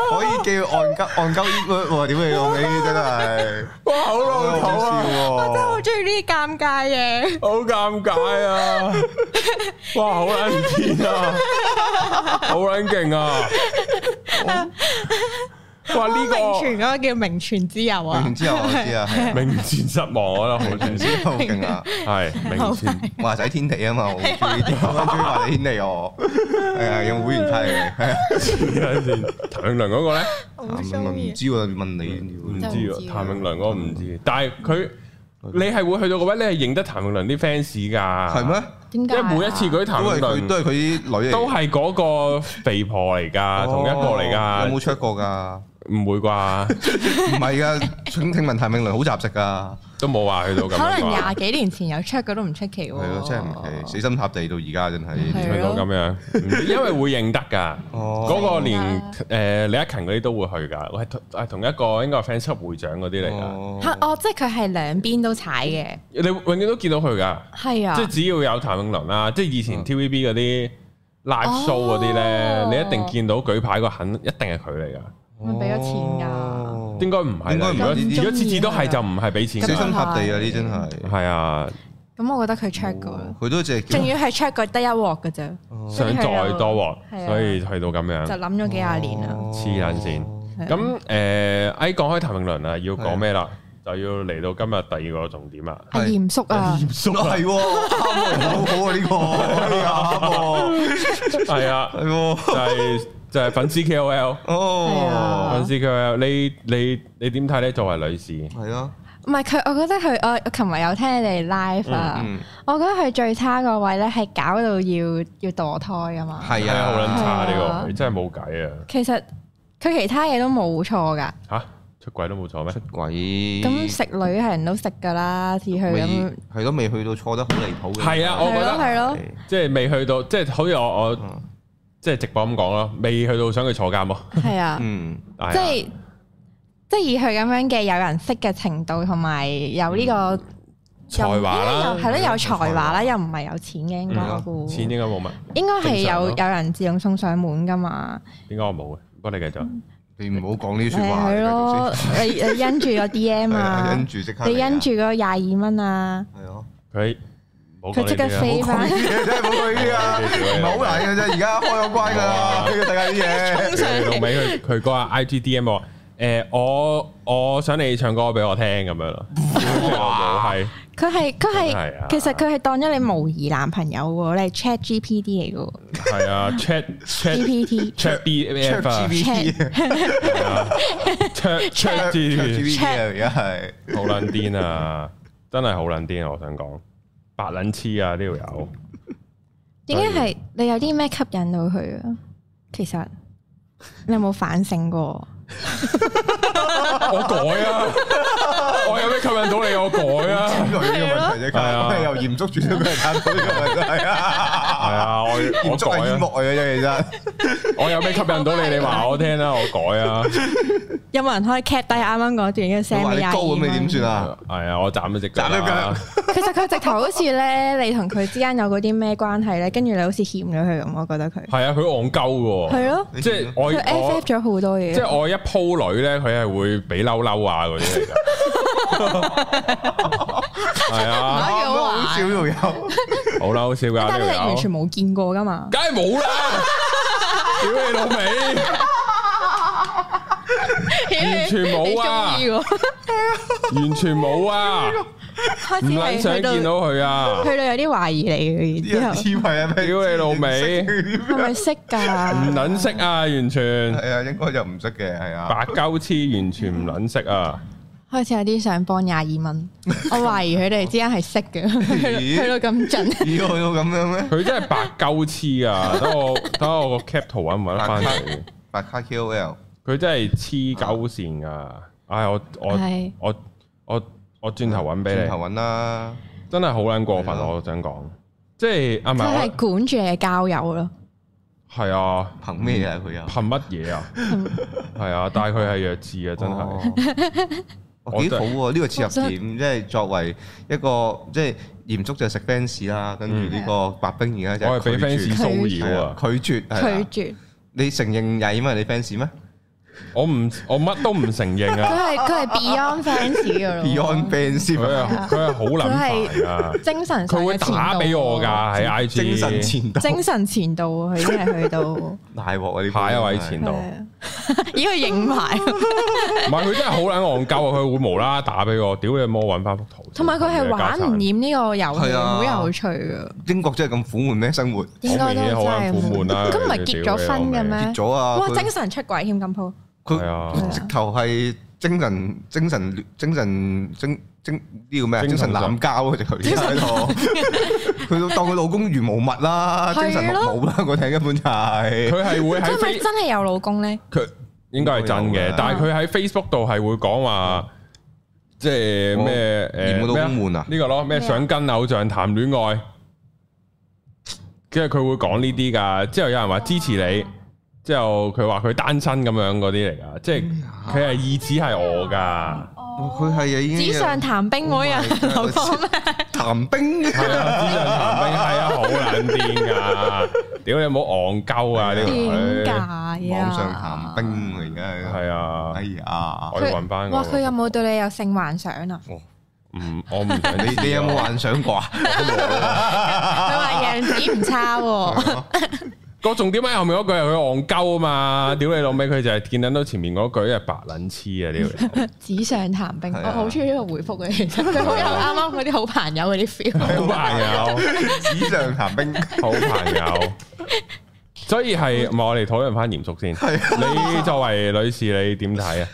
我可以叫戇鳩戇鳩 eat word 喎，屌你老味真係，
哇，好
好
老土
好
啊，
笑
真係
喎
好！中意呢啲尷尬嘢。
好尷尬啊，哇，好撚癲啊，好撚勁啊，哇，呢
明
個
泉嗰個叫明泉之友啊
然，之後我知啊，係
名前失望，啊我覺得好正，
好勁啊！
係名
好
前，
華仔天地啊嘛，我好中意啲，我好中意華仔天地我，係啊，有冇會員卡嘅？係啊
黐撚線 譚詠麟嗰個咧。
好
啊唔
中意。
知喎，問
唔
你
知
真係
啊
唔，知啊
譚詠麟嗰個唔知，但係佢你係會去到嗰位，你係認得譚詠麟啲 fans 㗎，
嗯係？咩？
點
因
解
為
啊？
每一次嗰啲
都係
譚詠
佢，
麟
都係佢啲女嚟嘅，
都係嗰個肥婆嚟㗎，同一個嚟
哦有
㗎，
冇 check 過㗎？
唔會啩？
唔係啊㗎，請聽聞譚詠麟好雜食啊㗎，
都冇話去到咁樣
可
啩，
能廿幾年前有 check 嘅都唔出奇喎。
係咯，真係唔奇，死心塌地到而家真係。
啊
係
去到咁樣唔 知，因為會認得㗎。
哦，
嗰個
啊
連誒李克勤嗰啲都會去㗎，我係同係同一個應該係 fans 級會長嗰啲嚟㗎，
嚇哦，即係佢係兩邊都踩嘅，
你永遠都見到佢㗎。
係啊
即係，只要有譚詠麟啦，即係以前
嗯
TVB 嗰啲 live show 嗰啲咧，
哦
你一定見到舉牌個肯，一定係佢嚟噶，
咪俾咗錢㗎
哦
應該唔係啦。
應該唔係
如果
呢啲
如果次次都係就唔係俾錢
死
㗎，
心塌地啊！呢真係，哦
係啊，
咁我覺得佢 check 過，
佢都淨係
仲要係 check 過得一鑊嘅啫，
想再多
係
喎，
啊
所以去到咁
就
樣
諗咗幾廿年啦。
哦
黐撚線。
係啊
咁誒，哎講開譚詠麟啊，要講咩啦？就要嚟到今日第二個重點啊，
係嚴肅啊，
嚴肅
哦，係喎，啱 喎好好啊
係啊，
呢個，哎啱喎，係喎，
就係就係粉絲 KOL，
係
哦
啊，
粉絲 KOL，你你你點睇咧？作為女士，
係啊，
唔係佢，我覺得佢，我我琴日有聽你哋 live 啊，
嗯，
我覺得佢最差個位咧係搞到要要墮胎啊嘛。
係
係啊，好撚
啊，
差
係
呢
啊
個，真係冇計啊！
其實佢其他嘢都冇錯㗎，
吓出軌都冇錯咩
出？軌，
咁食女係人都食㗎啦，似佢咁
未，係咯，未去到錯得好離譜嘅，
係啊我
係
覺得
咯係咯，
即係未去到，即係好似我我
嗯
即係直播咁講啦，未去到想佢坐監咯。
係啊，
嗯，
係啊
即係即係以佢咁樣嘅有人識嘅程度同埋有呢個
才華啦
係，咯有才華
嗯才華
啦，又唔係有錢嘅應該
嗯
我估，
錢應該冇乜，
應該係
正常
有
咯
有人自動送上門㗎嘛。
應該我冇嘅。不過你繼續，
你唔好講呢啲説話，
係咯，你你 因住個 D M
係啊，
啊
因，住即刻嚟啊，
你因住個廿二蚊啊，
係咯。
佢冇
佢即刻飛
冇講
翻
呢，啲嘢真係冇講呢 啲啊，唔係好難嘅啫，而家開咗關㗎啦，呢個世界啲嘢。
上
到
嚟，
尾 佢佢嗰個 I G D M 我誒我我想你唱歌俾我聽咁樣咯。我冇係
佢係佢
真係啊
係，其實佢係當咗你模擬男朋友喎，你係 Chat G P D 嚟嘅
係啊，chat chat
喎 G P T
chat B F 啊，chat
ChatGPT
chat G P
ChatGPT 啊，而家係
T，好撚癲啊！真係好撚癲啊！我想講白撚黐啊呢條友。
點解係你有啲咩吸引到佢啊？其實你有冇反省過？
我改啊！ 我有咩吸引到你？我改啊！
呢個問題啫，
係啊
佢又嚴肅住咗佢嚟探到呢個問題
係
啊，
啊，我
嚴
我
肅係
改
煙幕
啊！
嚟嘅啫，其實
我有咩吸引到你？你 話我聽啦，我改啊！
有冇人可以 cap 低啱啱嗰段嘅
佢
send
話
俾
你
廿
高
二
咁，你點
蚊？
算啊？
係啊，我斬咗隻腳
斬咗腳
啦，
其實佢直頭好似咧，你同佢之間有嗰啲咩關係咧，跟住你好似欠咗佢咁，我覺得佢
係啊，佢戇鳩嘅
係咯。
喎，即係我
佢 F 啊
我
F 咗好多嘢，
即係我一鋪女咧，佢係會俾嬲嬲啊嗰 啲嚟㗎。係啊，
啊咁好少又有，
好嬲笑㗎
但係你
呢
係
條
完
友
全，冇見過噶嘛？
梗係冇啦！屌你老味，完全冇啊
你鍾意喎
完全冇啊！
開
唔撚
始係
想
去到
見到佢啊！
去到有啲懷疑你嘅，然
啲
之後
人以為係咩？
屌你老味
係咪識
唔
㗎？
撚識啊，完全
係啊，應該就唔識嘅，係啊。
白鳩黐，完全唔撚識啊！
開始有啲想幫廿二 蚊，我懷疑佢哋之間係識嘅，
咦
去到咁盡。
咦，去到咁樣咩？
佢真係白鳩黐啊！ 等我等我個 cap 圖揾唔揾得翻嚟？
白卡 KOL，
佢真係黐鳩線噶！唉，我我
係
我我我轉頭揾俾
轉頭
你，
揾啦。
真係好撚過
係
分！
咯
我想講，即係啊唔
佢
係
係管住你嘅交友咯，
我係啊，
憑咩啊？佢又
憑乜嘢啊？
嗯
係啊，但係佢係弱智啊！真係
係。
我
哦幾
真
好
係
喎！呢個切入點，即係作為一個即係嚴肅就食 fans 啦，跟住呢個白冰而家就
我係俾
拒絕
fans 騷擾
係啊
啊！
拒絕係啊
拒絕
你承認曳嘛？你啊 fans 咩？
我唔我乜都唔承認
佢
啊！
係佢係 Beyond fans 嘅
嗯
咯
Beyond Band 先
佢係佢係好撚煩啊！
精神上
佢
嘅
會打俾我㗎，喺 I G
精神前度
前度，精神前度佢真係 去到，係
大鑊啊！呢
下一位前度，
啊咦佢影埋，
唔係佢真係好撚戇鳩啊！佢會無啦啦打俾我，屌你冇揾翻幅圖先，
同埋佢係玩唔
家
厭呢個遊戲，
係啊
好有趣㗎，
英國真係咁苦悶咩生活？
產
應該都
好明顯好撚
真
苦悶啊啦！
係，咁唔係結咗婚嘅咩
結？咗啊！
哇！
佢
精神出軌添咁鋪，
係啊
佢直頭係精神精神精神精精呢個咩啊？
精
精
神
神濫交啊！直頭而家喺度，佢當佢老公如無物啦，精神綠帽啦， 嗰艇根本就係
佢係會
佢
喺
係咪
Face
真係有老公咧？
啊
佢應該係真
應該
嘅
有嘅，
但係佢喺 Facebook 度係會講話，即係咩
嫌
誒
我老
咩啊
公悶啊！
呢個咯，咩
咩啊
想跟偶像談戀愛，跟住佢會講呢啲噶。之後有人話支持你，之後佢話佢單身咁樣嗰啲嚟噶，即係
嗯
佢係意指係我噶，
哦佢係已經
紙上談兵嗰日老公咩？
談兵
係啊，紙上談兵係啊，好撚癲噶，屌你冇戇鳩啊呢個
點
女，
解啊？
網上談兵啊！而家係
係啊
哎，呀
我，
佢
要揾翻
哇！
我，
佢有冇對你有性幻想啊？
唔嗯我唔想 啊
你你有冇幻 想過啊？
佢話樣子唔差喎，
個重點喺後面嗰句係佢戇鳩啊嘛，屌你老味，佢就係見撚到前面嗰句係白撚黐啊呢條。
紙上談兵，
係啊
我好中意呢個回覆嘅，其實佢好有啱啱嗰啲好朋友嗰 啲 feel。
好朋友，
啊紙上談兵
好朋友。所以係， 唔係我哋討論翻嚴肅先。
啊
你作為女士，你點睇啊？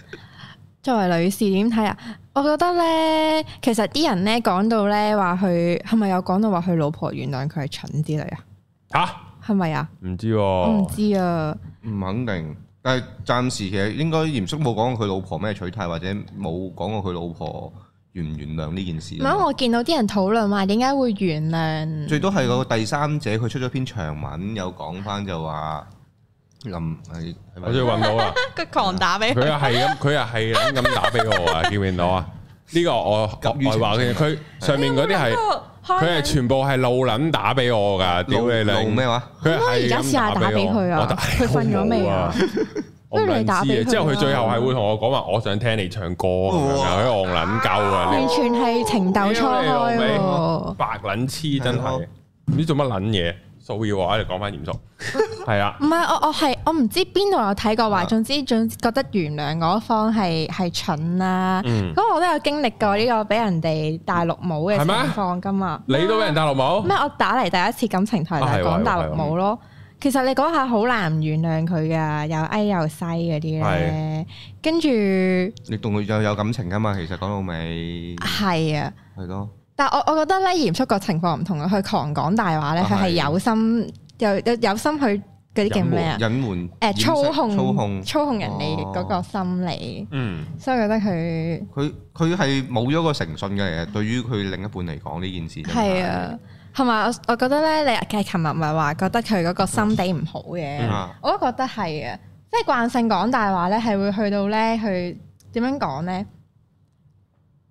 作為女士點睇啊？我覺得咧，其實啲人咧講到咧話佢係咪有講到話佢老婆原諒佢係蠢之類啊？
吓，
係咪啊？
唔知
我唔
喎，
知啊，
唔肯定，但係暫時其實應該嚴肅冇講過佢老婆咩取態，或者冇講過佢老婆原唔原諒呢件事
唔。係我見到啲人討論話點解會原諒
最多係個第三者，佢出咗篇長文，有講翻就話林係係咪
我終於揾到啊啦。
佢狂打俾
佢
佢
又係咁，佢又係咁咁打俾我啊！見唔見到啊？呢個我我
急於
外話嘅，佢上面嗰啲係，佢係全部係路撚打俾我㗎。屌
露
你
露
兩
咩話？
佢
我
係
而家試下打俾佢
我
啊
打！
佢瞓咗未啊？
我唔
不如你
撚
打
知啊！
俾佢
之後佢
啦
最後係會同我講話，我想聽你唱歌咁樣㗎，佢戇撚鳩啊！呢
完全係情竇初開
屌你
喎。
白撚黐真
係
係
咯，
唔知做乜撚嘢，騷擾我，你講翻嚴肅，係啊，
唔係我我係我唔知邊度有睇過話，總之總之覺得原諒嗰方係係蠢啊啦。
嗯
咁我都有經歷過呢個俾人哋大陸冇嘅
係
情
咩
況噶嘛。
你都俾人打老母，
咩？我打嚟第一次感情台就
啊係
係
喎
講大陸冇咯。其實你嗰下好難唔原諒佢噶，又矮又西嗰啲咧。跟住
你同佢有有感情噶嘛？其實講到尾
係啊，
係咯，
但我我覺得咧嚴肅個情況唔同啊。佢狂講大話咧，
啊
佢係
係
有心有有有心去嗰啲叫咩啊？
隱瞞
誒
掩飾
操控
操控
操控人哋嗰個心理，
嗯，
所以我覺得佢
佢佢係冇咗個誠信嘅，其實對於佢另一半嚟講呢件事真
係啊，同埋我我覺得咧，你其實琴日咪話覺得佢嗰個心地唔好嘅，
嗯
啊，
我都覺得係啊，即係慣性講大話咧，係會去到咧去點樣講咧？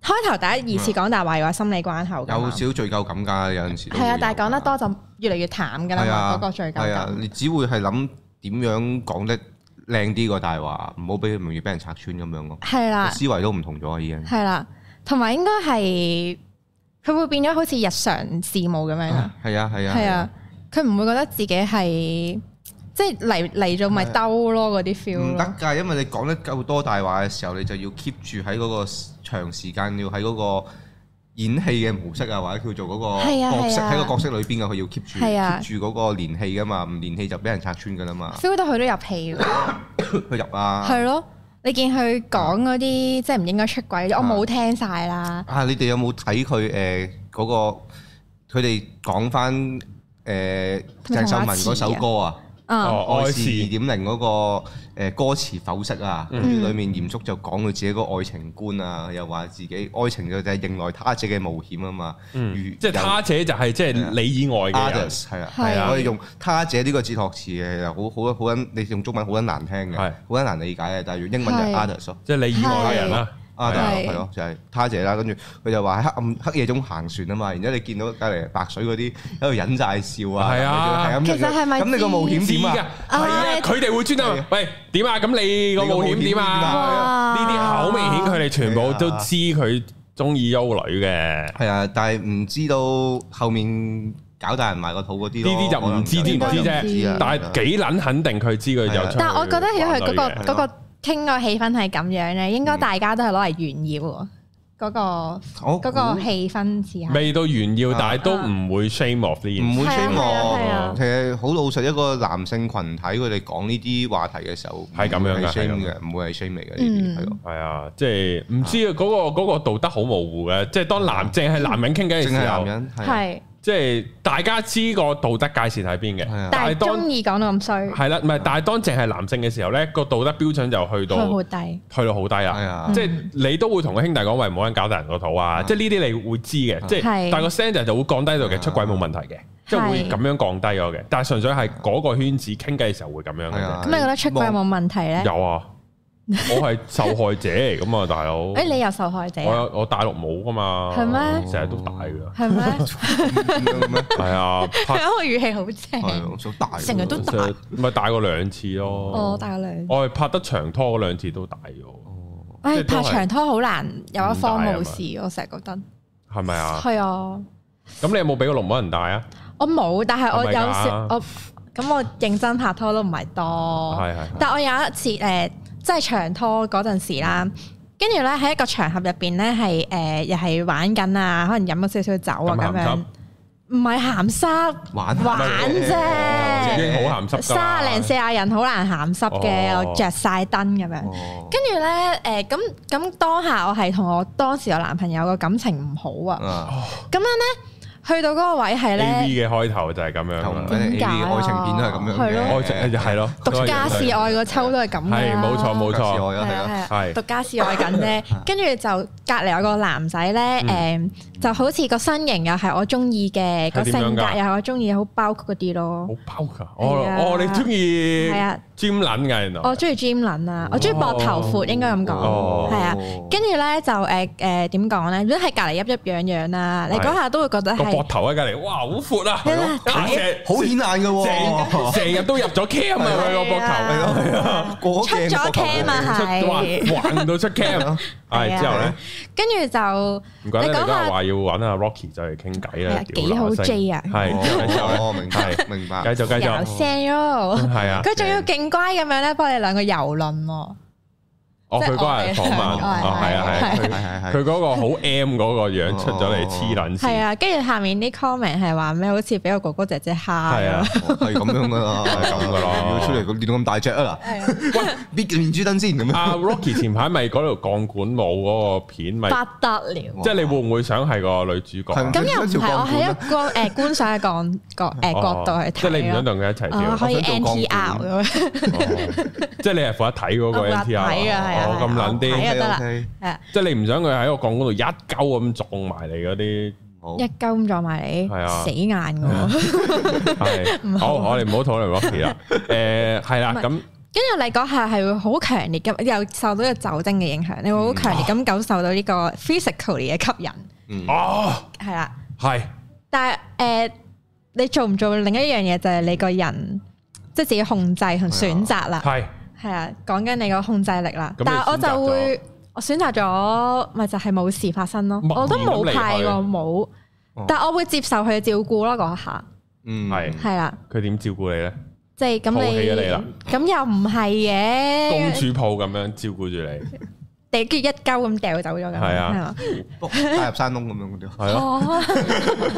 開頭第一二次講大話，又話心理關口㗎
嗯有
嘛，
少罪疚感㗎，有陣時都
係啊
會，
但係
有
講得
㗎
多就越嚟越淡㗎啦
係
嘛，
啊
嗰個罪疚
係啊
感，。
你只會係諗點樣講得靚啲個大話，唔好俾佢容易俾人拆穿咁樣咯。
係啦
個，思維都唔同咗啊，已經。
係啦，同埋應該係佢會變咗好似日常事務咁樣啦。
係啊係啊
係啊，，佢唔會覺得自己係即係嚟嚟咗咪兜咯嗰啲 feel
唔得啊
咯。
㗎，因為你講得夠多大話嘅時候，你就要 keep 住喺嗰個長時間，要喺嗰個演戲嘅模式啊，或者叫做嗰個
係啊
角色
係啊
喺個角色裏邊嘅，佢要 keep 住
係啊
keep 住嗰個連戲㗎嘛，唔連戲就俾人拆穿㗎啦 嘛，
feel 到佢都入戲喎，
佢入啊。
係咯。你見佢講嗰啲即係唔應該出軌，我冇聽晒啦。
啊！你哋有冇睇佢誒嗰個佢哋講翻誒
咪
鄭秀文嗰首歌啊？
嗯，
哦，愛
愛
是
是二點零嗰個誒歌詞剖析啊，跟住裡面嚴肅就講佢自己個愛情觀啊，又話自己愛情就係迎來他者嘅冒險啊嘛。
嗯
如啊
即係他者就係即係你以外嘅人，
others 係啊，
係
係啊，我哋用他者呢個哲學詞嘅，又好好好撚，你用中文好撚難聽嘅，
係
好撚難理解嘅，但係用英文就
係
others 咯。
即係你以外嘅人啦，
啊，但係
係
係咯，就係他姐啦，跟住佢就話喺黑暗黑夜中行船啊嘛，然之後你見到隔離白水嗰啲喺度忍晒笑啊，
係啊
咁樣
其實係咪
咁你個冒險點
知㗎，
啊？
係啊，
啊
佢哋會專登問，
係啊。
喂，點啊？咁你個冒險點啊？
點啊？
呢啲好明顯，佢哋全部
哇。
都知佢鍾意優女嘅，
啊係啊，但係唔知道後面搞大人埋個肚嗰啲咯
呢啲就唔知
可能
知唔知啫
應該就唔知啊
但係幾撚肯定佢知佢有出去
係啊。
但係我覺得因為嗰
玩女嘅。
個嗰個傾個氣氛係咁樣咧，應該
嗯
大家都係攞嚟炫耀喎。嗰個
我
嗰個氣氛似係
未到炫耀，
啊。
但係都唔會shame off 呢件事。
唔會
係啊
shame
係啊係啊
其實好老實，一個男性群體佢哋講呢啲話題嘅時候，
係咁樣㗎
唔會係
係
shame
咁
嘅，唔會係 shame 嚟嘅
嗯
呢啲係咯。
係啊，即係唔知啊，嗰個-嗰個道德好模糊嘅，即係當男-淨係男人傾偈嘅時候，
正係男人係啊
係，
即係大家知個道德界線喺邊嘅，
係啊，
但
但係
係
當
中意講到咁衰，
係啦，唔係，但係當淨係男性嘅時候咧，個道德標準就去
佢
到
好低。
去到好低
係
啦。
啊，
即係你都會同個兄弟講，喂，唔好撚搞大人個肚啊！
嗯啊
即係呢啲你會知嘅，即係
係
但係個 standard 就會降低到嘅，出軌冇問題嘅，即係會
係
咁樣降低咗嘅。但係純粹係嗰個圈子傾偈嘅時候會咁樣嘅
係啊
啫。
咁你覺得出軌有冇問題咧？
有啊，我係受害者嚟噶嘛，大佬。
誒，你又受害者
我
啊？
有我大陸冇噶嘛，
係咩
成日都大噶，
係咩？
咁樣咩？
係啊，拍
我語氣好正，
係啊，大
成日都大
咪大過兩次
我
咯。
哦大兩。
我係拍得長拖嗰兩次都大咗。哦即
唉，
係都係啊
拍長拖好難有一方冇事，我成日覺得
係咪啊？
係啊。
咁你有冇俾個龍母人帶啊？
我冇，但係我
係咪
有
㗎
時我咁我認真拍拖都唔係多，
係啊係係
但我有一次誒、呃即係長拖嗰陣時啦，跟住咧喺一個場合入邊咧係誒又係玩緊啊，可能飲咗少少酒啊咁
咁鹹濕
樣，唔係鹹濕
玩
玩
已
啫，
經好鹹濕㗎啦。
三零四廿人好難鹹濕嘅，
哦
又着晒燈咁樣。
哦
跟住咧，誒咁咁當下我係同我當時我男朋友個感情唔好啊，
啊，
咁樣咧去到嗰個位係
A
咧。
V 嘅開頭就係咁樣
就唔
啦。
係
點
A
解
V
啊
愛情片都係咁樣
係
嘅，
咯
愛情係咯，
獨家示愛個抽都係咁㗎啦
係冇錯冇
獨家示
錯，
愛啊，係啊，
係
係啊
獨家示愛緊咧， 跟住就隔離有個男仔咧，誒就好似個身形又係我中意嘅，個
嗯係點
性
樣㗎
格又係我中意，好包括嗰啲咯
好。包㗎。
係啊
哦哦，你中意
係啊，
尖撚㗎原來。
我中意 Jim 撚啊，我中意膊頭闊，應該咁
哦
講，係啊。跟住咧就誒誒點講咧？如果係隔離噏噏樣樣啦，你嗰下都會覺得
個膊
係
頭喺隔離，哇，好闊啊！
係咯
啊
好顯眼嘅
成
喎，
成日都入咗 cam 啊！佢個膊
係
頭
啊
過
出
鏡
咗
個頭
cam 啊，
出哇
係。
橫到出 cam，係之後咧，
跟住就
唔怪得你
你講
都係
下
話要揾阿 Rocky 就嚟傾偈
係
啦
啊，
屌
幾好
嗱聲
J 啊
係之後之後
哦，明白明白，
咧，繼續繼
有
續，
聲咯。
係啊。
佢仲要勁乖咁樣咧，幫你兩個遊輪喎。
哦，
即係
佢嗰日訪問，
我哋兩個
哦，係啊，係啊
係
佢
係係
佢嗰個好 M 嗰個樣出咗嚟
哦
黐撚
係
線，
啊，跟住下面啲 comment 係話咩？好似俾個哥哥姐姐蝦
係啊
咁。，
係咁樣噶啦，係咁噶啦，要出嚟咁練到咁大隻啊
係啊
嗱，搣面珠燈先咁樣，
阿 Rocky 前排咪嗰條鋼管舞嗰個片咪，
不得了。
即係你會唔會想係個女主角啊？
咁又唔
條
係
鋼
我喺
管
一個誒觀賞嘅角角誒
哦
角度去
即係你唔
睇
想
咯。
同佢一齊
啊，
跳，
可以
我想做
NTR 咁樣，
哦即係你係負責睇嗰個
我負責
NTR，
睇啊係啊
哦咁
係啊
撚
我睇
啲
啊，係啊，
即係你唔想佢喺個鋼管度一鳩咁撞埋你 嗰啲，
好
一鳩咁撞埋你
係啊，
死硬我。
係好，我哋唔好討論 Rocky 啦，誒係啦，
唔係
咁
跟住你嗰下係會好強烈咁，又受到個酒精嘅影響，你會
嗯
好強烈咁感受到呢個 physically 嘅吸引，
嗯
哦
係啦。
係
但係誒、呃你做唔做另一樣嘢就係你個人，即係自己控制同選擇啦，
係
係啊，講緊你個控制力啦
咁你。
但係
選擇咗
我就會我選擇咗，咪就係冇事發生咯。
默然
我都冇
咁離
派過
開
冇
哦，
但係我會接受佢嘅照顧咯嗰下，
嗯
係啦，
佢點照顧你咧？
即係咁
抱起咗你啦
你咁又唔係
公
嘅，
主抱咁樣照顧住你，
你跟住一鳩咁掉走咗咁樣，
係啊
係嘛？
打入山窿咁樣嗰啲。
係咯。
哦，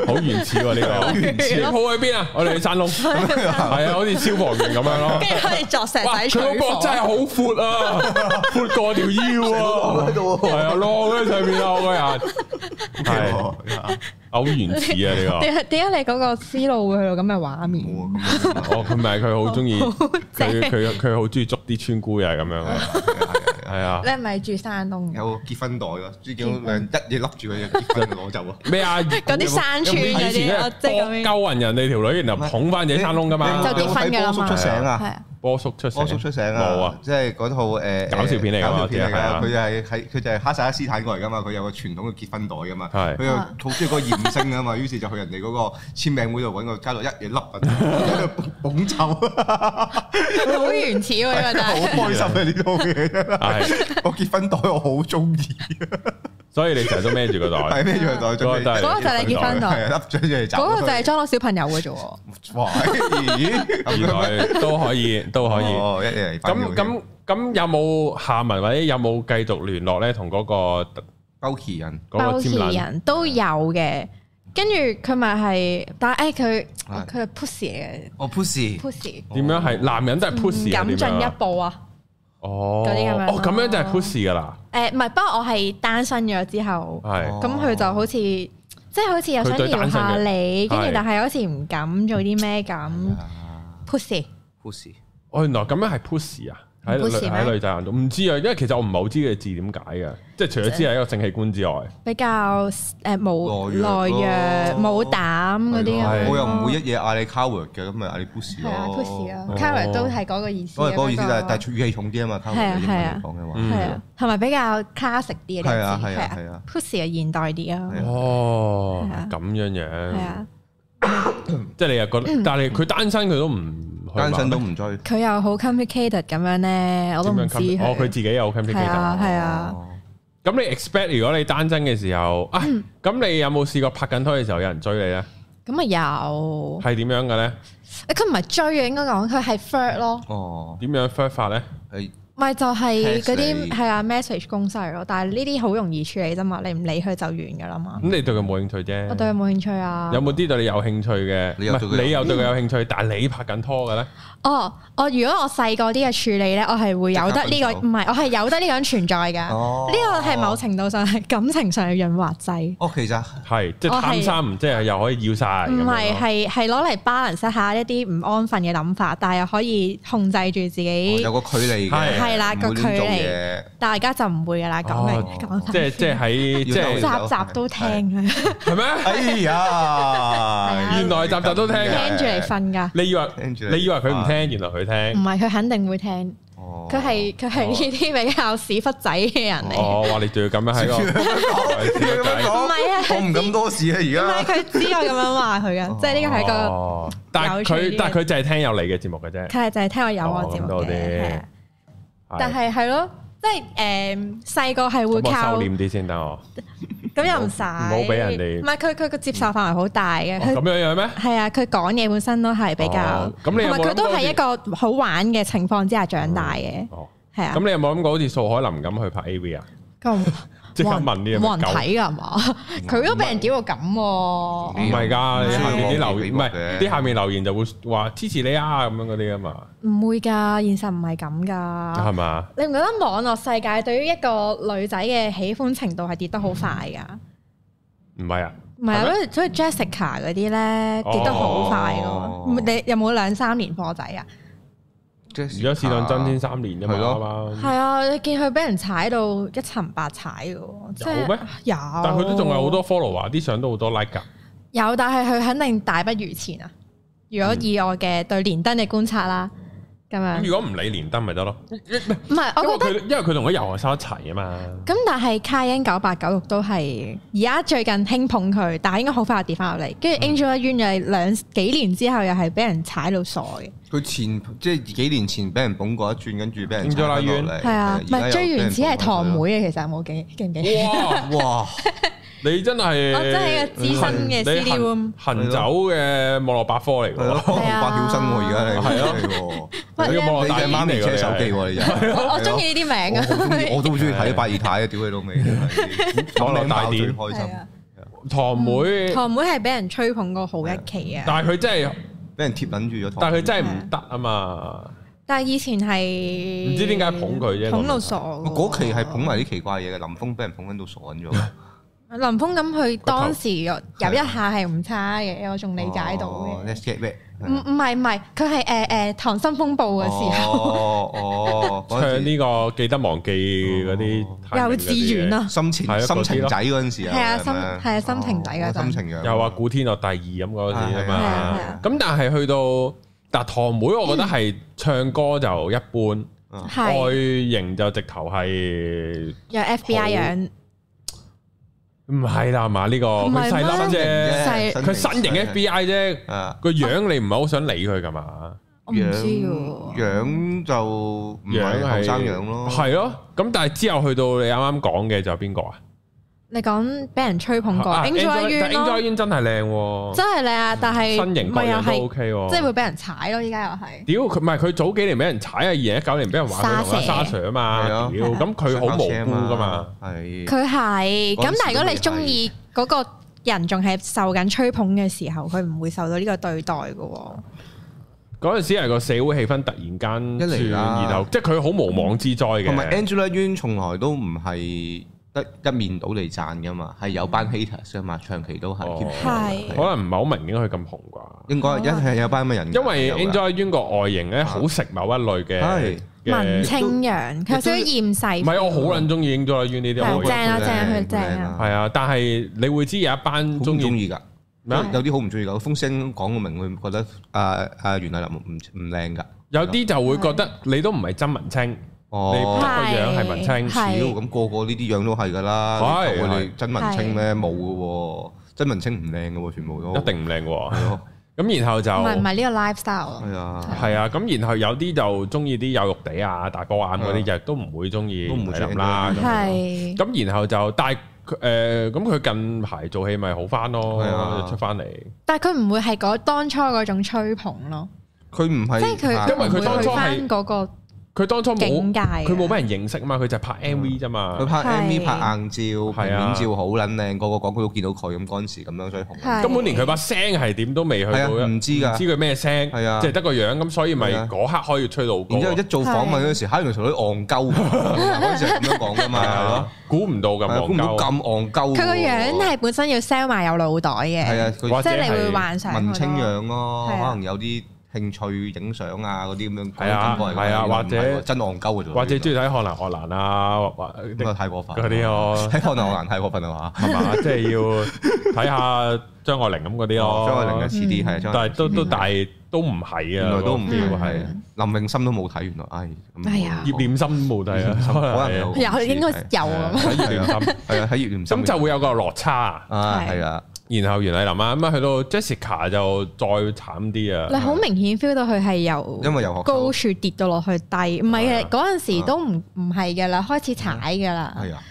好原始喎呢個，好
原
始。鋪喺邊啊？我哋去山窿，係啊，好似消防員咁樣咯。
跟住可以作石
哇！
仔
佢
取
個膊真係
火，
好闊啊，闊過條腰啊，係啊，晾喺上面啊，我個人係好原始啊呢
點解點解你嗰個思路會去到咁嘅
啊
畫面？
個。哦，佢唔係佢好中意，
好正
佢佢佢好中意捉啲村姑又係咁樣嘅，係啊。
你係咪住山東嘅？
有結婚袋啊噶，最緊兩一嘢笠住佢就結婚攞走 啊！
咩啊？嗰
啲山村嗰啲
以前咧
我即係咁樣
搏鳩暈人哋條女，然後捧翻自己山窿噶嘛
就。結婚㗎啦嘛
叔出醒啊！
係啊，
波叔出
波叔出醒
冇
啊
啊！
即係嗰套誒
搞笑片嚟㗎嘛
搞笑
即
片嚟
係係
㗎。
啊
佢就係喺佢就係哈薩克斯坦過嚟㗎嘛，佢有個傳統嘅結婚袋㗎嘛，
係
佢又好 中意嗰個驗星啊嘛，於是就去人哋嗰個簽名會度揾個家樂一嘢笠啊，喺度捧走，
好原始喎，呢個 真
好
係
開心啊！呢套嘢真係，
係，
我結婚袋我好中意，
所以你成日都孭住個袋
係，咩樣袋
嗰個就係
嗰個就係你結婚袋
係啊笠咗出嚟走。
嗰個就係裝落小朋友嘅啫喎。
哇！咦 咁
原
樣
來都可以，都可以。
哦，一嘢嚟翻
咁
條
咁咁有冇下文或者有冇繼續聯絡咧？同嗰個
包奇人
嗰
包
個尖
持
撚
人都有嘅，跟住佢咪係，但係誒
係
啊
佢佢係 pussy 嚟
我 push
嘅 pussy，
點樣
哦
係男人都係
唔
push 哦啊？
敢
點
進
樣
一
啊？
步啊！
哦，
嗰啲咁樣
哦，咁樣就係
咯
push 噶啦，
誒唔係，不過我係單身咗之後，
哦
係
咁佢就好似即係好似又想
佢對
撩
單身
下
嘅
你，跟住
係
但係好似唔敢做啲咩咁
啊
pussy。
push
哦，原來咁樣係 push 啊，喺女
pussy 咩
喺女仔眼中唔知啊，因為其實我唔係好知佢字點解嘅，即係除咗知係一個性器官之外，
比較誒冇
懦弱
懦弱、
咯
冇膽嗰啲
係
咁
咯
我又
咯
唔會一嘢嗌你 cover 嘅，咁咪嗌你 push
係
咯。
啊 pussy 啊
哦
c a r r 都係嗰個意思
都
啊。
係哦嗰個意思，
不過
但係但係語氣重啲啊嘛
係啊
，cover 英
係
文
啊
嚟講嘅
嗯
話，
係啊，同埋比較 classic 啲嘅例子，
係啊係啊係啊
pussy 係現代啲
嗯
啊，
哦
係啊，
咁樣
係
樣，
啊，
即係你又覺得，但係佢單身佢都唔去
單身
玩
都唔追。
佢又好 complicated 咁樣咧，我都唔
點樣
知
complicated？哦，佢自
佢
己有
係
complicated。
啊係啊，
哦，
咁你 expect 如果你單身嘅時候啊，
嗯
咁你有冇試過拍緊拖嘅時候有人追你咧？
咁啊有，
係點樣嘅咧？
誒佢唔係追啊嘅應該講，佢係 flirt 咯，
哦，
點樣 flirt 法咧？
係
咪就係嗰
Text
啲
你
係啊 message 攻勢咯，但係呢啲好容易處理啫嘛，你唔理佢就完噶啦嘛，
咁你對佢冇興趣啫。
我對佢冇興趣啊
嗯有。冇啲對你有興趣嘅？
你又
唔係
對佢有
你又對佢有興趣，但係你拍緊拖嘅咧？
哦，我如果我細個啲嘅處理咧，我係會有得呢、
即刻分
個，
手
唔係我係有得呢個人存在啊嘅。呢、
哦
個係某程度上係感情上嘅潤滑劑，
哦，其實
係即係
我
貪
係
心，即係又可以要晒咁
唔
樣咯。哦
係係係攞嚟 balance 下一啲唔安分嘅諗法，但係又可以控制住自
哦
己，
有個距離嘅，
係
係啦
唔
個
會亂做
距離
嘢
大家就唔會噶啦。講明
哦
講
即係即係喺即
要
係
兜
集集都聽啊嘅，
係咩？
哎呀，
原來集集都聽嘅
啊聽住嚟瞓㗎。
你以為
聽住你啊
你以為佢唔聽，原來佢
唔
聽。
係佢肯定會聽，
哦
佢係佢係呢啲比較屎忽仔嘅人嚟。
哦，哇！你仲要咁樣喺個
你咁樣 講
唔係啊
我唔敢多事啊，
唔係
而家
佢知我咁樣話佢嘅，即係呢個係一個。
哦，但係
有趣
佢
啲嘅
但係佢就係聽有你嘅節目嘅啫。
佢係就係聽我有我
哦
節
咁
目
多啲
嘅，係啊但
係
係係咯，即係誒細個係會
咁我
靠
收斂啲先得哦我。
咁又唔使，
唔好俾人哋
唔係佢佢個接受範圍好大嘅，
哦
佢
咁樣樣咩？
係啊，佢講嘢本身都係比較
哦，咁你有
同埋
冇諗
佢
過
都
好似
係一個好玩嘅情況之下長大嘅，
哦，
係啊
咁，你有冇諗過好似素海林咁去拍 A V 啊？
咁
即刻
冇人
問呢
冇
樣
人睇㗎係嘛？
嗯
佢都俾人屌到咁
唔
喎，
係㗎，
嗯
你下面啲留言唔
唔
係
係嘅
啲下面留言就會話支持你啊咁樣嗰啲啊嘛，
唔會㗎，現實唔係咁
係
啊
㗎。
嘛？
你唔覺得網絡世界對於一個女仔嘅喜歡程度係跌得好快㗎？
唔係啊，
唔係啊，
係哦
因為所以 Jessica 嗰啲咧跌得好快
哦。
咯唔你有冇兩三年貨仔啊？
而家試當真先三年啫嘛，
係咯
啱啱
係啊，你見佢俾人踩到一層白踩嘅喎，即係
有咩？
有，
但佢都仲有好多 follower，啲相都好多 like 㗎。
有，但係佢肯定大不如前啊！如果以我嘅對連登嘅觀察啦，咁
咁
樣
如果唔理連登咪得咯，
唔係，
因為
我覺得
佢因為佢同嗰遊學生一齊啊 嘛。
咁，但係 k a y n 九八九六都係而家最近輕捧佢，但係應該好快就跌翻落嚟。
嗯
跟住 Angel 一 n 又係兩幾年之後又係俾人踩到傻嘅。
佢前即係幾年前俾人捧過一轉，跟住俾人
變咗啦
拉
冤
嚟。
係啊，
而
唔
家
係
又
最
俾人
原始係
捧返
堂
啊
妹
上嚟。
啊嘅，其實冇記記唔記得？
哇！
哇！
你真係
我真係個資深嘅
你
CD
行
room
行走嘅網絡百科嚟
係
㗎
咯，
喎。
係啊
白曉生喎，
係咯
而家你係
喂
你個網絡
你
大
嘅媽咪
嚟㗎
車手機
你係啊
喎，你就
我我中意呢啲名
我好中
啊
意，我都好中意睇八二太啊！屌你老味，
網絡大
最
典
開心
係，啊，
堂妹，
堂妹係俾人吹捧過好一期啊，
但係佢真係，
俾人貼撚住咗堂。
但係佢真係唔得啊
嗯
嘛。
但係以前係
唔知點解捧佢啫
捧到傻㗎
我嗰期係捧埋啲奇怪嘢嘅，林峰俾人捧緊到傻緊咗。
林峰咁，佢當時有有一下係唔差嘅，我仲理解到
啊哦
嘅。
Let's get back。
唔唔係唔係，佢係誒誒溏心風暴嘅時啊候，
哦哦，嗰陣
唱
時哦
呢個記得忘記嗰啲太明嗰啲
幼
嘢
稚園，啊，
心情
係啊
心情仔嗰陣時啊，
係啊
係
心
咪
係啊心情仔嗰陣
哦心情樣
又話古天樂第二咁嗰啲啊
係啊係
嘛
啊。
咁但係去到但堂妹我覺得係唱歌就一般，
係
外形就直頭係
有 FBI 樣，
唔係啦嘛？呢個
唔
佢
係
細粒啫，
細
佢身形 FBI 啫，
啊，
個樣你唔係好想理佢噶嘛？
我唔知喎。
樣就唔
樣
係
係
後生樣咯，
係咯，咁但係之後去到你啱啱講嘅就邊個啊？
你講俾人吹捧過
啊
Angela Yuen 咯，
Angela Yuen 真係靚喎，
真係靚啊！但係
身形各
咪又
樣都
係
OK 喎。
即係會俾人踩咯，依家又係。
屌佢唔係佢早幾年俾人踩啊，二零一九年俾人話佢同阿沙
沙
Sir 啊
係
嘛，
啊
屌咁佢好無辜噶嘛，，
係
佢係
嗰陣
咁，
時
但係如果你
都
中
未
意嗰個人仲係受緊吹捧嘅時候，佢唔會受到呢個對待嘅喎。
嗰陣時係個社會氣氛突然間
一
轉，
嚟啦
然後即係佢好無妄之災
同埋
嘅。
Angela Yuen 從來都唔係得一面倒嚟讚噶嘛，係有班 haters 噶嘛，長期都
哦
係 keep 住
嗯係哦
可能唔係好明點解佢咁紅啩，
應該一嗯係有班咁嘅人㗎，
因為
有㗎
Angela Yuen 個外形咧好食某一類嘅
係
嘅，
文青樣，佢有少少厭世。
唔係我好撚中意 Angela Yuen 呢啲
係
外
正
形，
啊正啊
好靚
佢正啊
好靚
係啊，但係你會知有一班
好
中
唔
意
中意㗎。
咩啊？
有啲好唔中意㗎，風聲講個明，佢覺得啊啊袁麗林唔唔靚㗎。
有啲就會覺得你都唔係真文青，你個
哦，
樣係文青，
屌
係
咁個個呢啲樣都係㗎啦。
係
你求佢哋真文青咩？冇㗎喎，真文青唔靚㗎喎，全部都
一定唔靚喎。
係咯，
咁然後就
唔係唔係呢個 lifestyle 咯。
係啊，
係啊，咁然後有啲就中意啲有肉地啊、大波眼嗰啲，就都唔會中意
都唔會
林
中意
啦。咁
係
咁然後就但係誒，咁佢近排做戲咪好翻
係啊
咯，出翻嚟，
但係佢唔會係嗰當初嗰種吹捧咯，
佢唔係
即係佢
因為佢
唔
當
會
初
去
係
翻嗰個
佢當初
境
冇
界啊嘅。
佢冇俾人認識嘛，佢就拍 MV 啫嘛
嗯佢。拍
係
MV 拍硬照、
係
平
啊
面照好撚靚，個個廣告都見到佢咁嗰陣時咁樣所以紅。
係
根本連佢把聲係點都未去
係
到，
啊唔知㗎
知佢咩聲，
係啊
即係得個樣咁，所以咪
係啊
嗰刻可以吹到高
然之後一
啊。
做訪問嗰陣時，嚇原來條女戇鳩，嗰陣時係咁樣講㗎嘛，係咯，
估唔啊到咁
係啊
戇
估唔到
鳩，
咁戇鳩喎。
佢個樣係本身要 sell 埋有腦袋
係
嘅，
啊，佢
或
即
者
係
係
你會幻想
文青
好多。
樣咯，
係啊
可能有啲興趣影相啊嗰啲咁樣，
係啊
嗰種感覺嚟
係啊
㗎
或者
唔係喎真戇鳩嘅啫，
或者中意睇《漢蘭惡蘭》啊，或
呢個太過分
嗰啲哦咯
睇可能我難太過分啊嘛，
係嘛， 即係要睇下張愛玲咁嗰啲咯。
張愛玲嘅 CD
嗯
係啊，張愛
但
玲
係都都但係都唔係啊，
原來都唔
嗰個 feel
係
係
林永心都冇睇，原來唉，咁
哎呀
葉念心冇睇啊，
可
可能
能
係
有應該有啊咁。
睇葉念 心，
啊係啊，喺葉念心
咁就會有個落差。
啊
係
係啊，
然後袁麗琳啊，咁啊去到 Jessica 就再慘啲
你
啊，
好明顯 feel 到佢係由
因為遊學
高
生
處跌到落去低，唔係
係
嘅
啊
嗰陣時都唔唔係嘅啦，開始踩嘅啦。
係啊，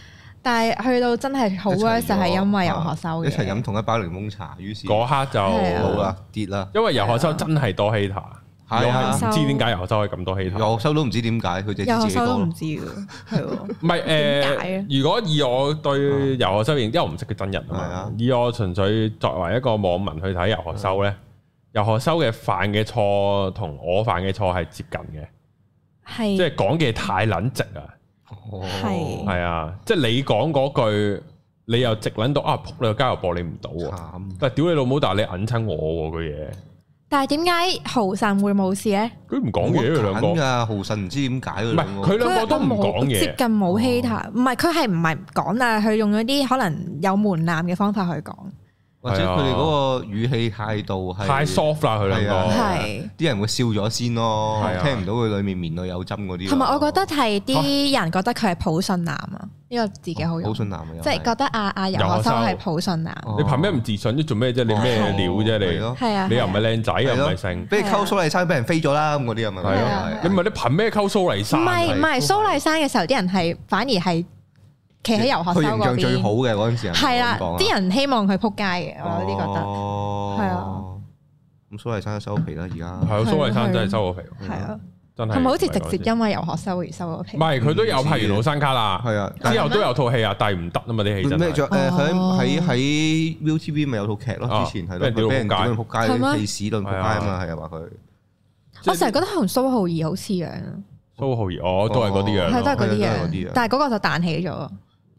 但係去到真係好
一齊
worse 就係因為遊
咗啊
學收
一齊飲
嘅，
同一包檸檬茶，於是
嗰刻就
係
冇
啊
啦跌啦，
因為游學修真係多 hater，
係
我
啊
唔，知點解游學修可以咁多 hater。
遊學修都唔知點解佢就
遊
自
學
己
收都
多
唔
咯，
知嘅，係喎。
唔係
點解啊
誒，如果以我對遊學修認，因為我唔識佢真人啊
啊係啊
嘛，以我純粹作為一個網民去睇遊學修
嗯
咧，遊學修嘅犯嘅錯同我犯嘅錯係接近嘅。即
係
係講嘅太撚直啊，
哦
係
係啊，即係你講嗰句，你又直撚到啊，撲你個交又播你唔到喎，
慘。
但係屌你老母，但係你揞親我喎個嘢，
但係點解豪神會冇事咧？
佢唔講嘢佢兩個，
好
唔
揀㗎豪神唔知點解佢
係
兩個
佢兩個都唔講
冇接
嘢，
近冇
哦
hater，唔係佢係唔係唔講啊？佢用咗啲可能有門檻嘅方法去講，
或者佢哋嗰個語氣態度係
太 soft 啦佢兩
係
個，
啊
係
啲人會笑咗先咯
係，啊
聽唔到佢裡面棉裏有針嗰啲咯。
同埋我覺得
哦
係啲人覺得佢係普信男啊，呢個字幾好用
好，信男啊，又
即係覺得阿阿
啊
游學修係普信男，
哦
你憑咩唔自信？你做咩啫？你咩料啫？
係
你
咯
係啊，
你又唔
係啊
係靚仔又唔係性，
俾你溝蘇麗珊俾人飛咗啦咁嗰啲啊嘛，
係
啊
係
你唔係你憑咩溝蘇麗
唔
珊？
係
係
唔係
都係
蘇麗珊嘅時候，啲人係反而係企喺遊學
佢
修
形
嗰
象最好
邊，
嘅嗰陣時
係啦，啲人希望佢撲街嘅，我有啲覺得。
啊哦
係啊。
咁蘇麗珊都收皮啦，而
係
家
啊，蘇麗珊真係收我皮喎，
係啊，
真係
係咪好似直接
唔係講笑
因為遊學修而收咗皮
唔？係佢都有拍完老山卡啦，
係啊，但
之後都有套戲啊，但係唔得啊嘛啲戲真
咩
係。
仲誒喺
哦
喺喺 ViuTV 咪有套劇咯，之前係咯，
俾人屌到
啊佢俾人屌到
街
仆
係咩
街，地屎論仆街啊嘛，係啊話佢。
我成日覺得佢同蘇浩兒好似樣，
蘇浩兒，我都係嗰啲
係
樣
係
咯
都
咯。
係
係
嗰
都係嗰啲
啲
啊哦
樣
樣，
但係嗰個就彈起咗，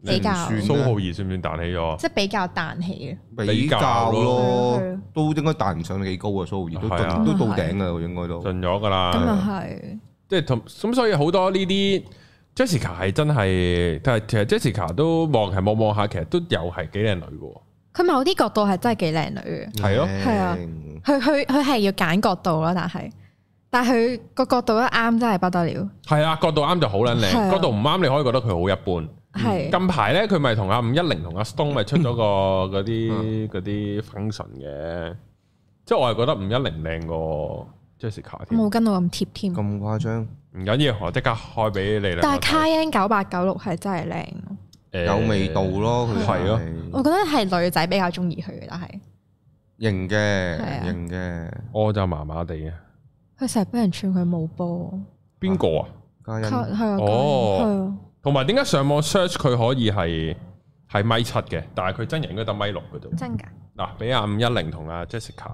你
比
唔
較
算
蘇浩兒算唔算彈起咗？
即係比較彈起
比較咯
係啊，
都應該彈唔上幾高啊！蘇豪
係
兒
啊
都都到頂噶啦，應該都
盡咗㗎
嘅，咁啊
啦，
又係
即係同咁，所以好多呢啲 Jessica 係真係，但係其實 Jessica 都望係望望下，其實都又係幾靚女嘅喎。
佢某啲角度係真係幾靚女嘅，
係咯
係啊佢佢佢係要揀角度咯，但係但係佢個角度一啱，真係不得了，
系啊，角度啱就好撚
係
靚，
啊
角度唔啱你可以覺得佢好一般。
嗯
係嗯
近排咧，佢咪同阿五一零同阿 Stone 咪出咗個嗰啲嗰啲 function 嘅，即係我係覺得五一零靚過 Jessica 添。啊
冇跟到咁貼添。
咁誇張，
唔緊要，我即刻開俾你啦。
但係 Cayenne 九八九六係真係靚，
誒
有味道，咯，佢
係咯
我覺得係女仔比較中意佢嘅，但係
型
係
嘅，
啊
型嘅，
我就麻麻地嘅。
佢成日俾人串佢冇波，
邊個啊？
嘉
係
欣
啊，係啊
哦
係啊，
同埋點解上網 search 佢可以係係米七嘅，但係佢真人應該得米六嘅啫。
真㗎，
嗱，俾阿五一零同阿 Jessica，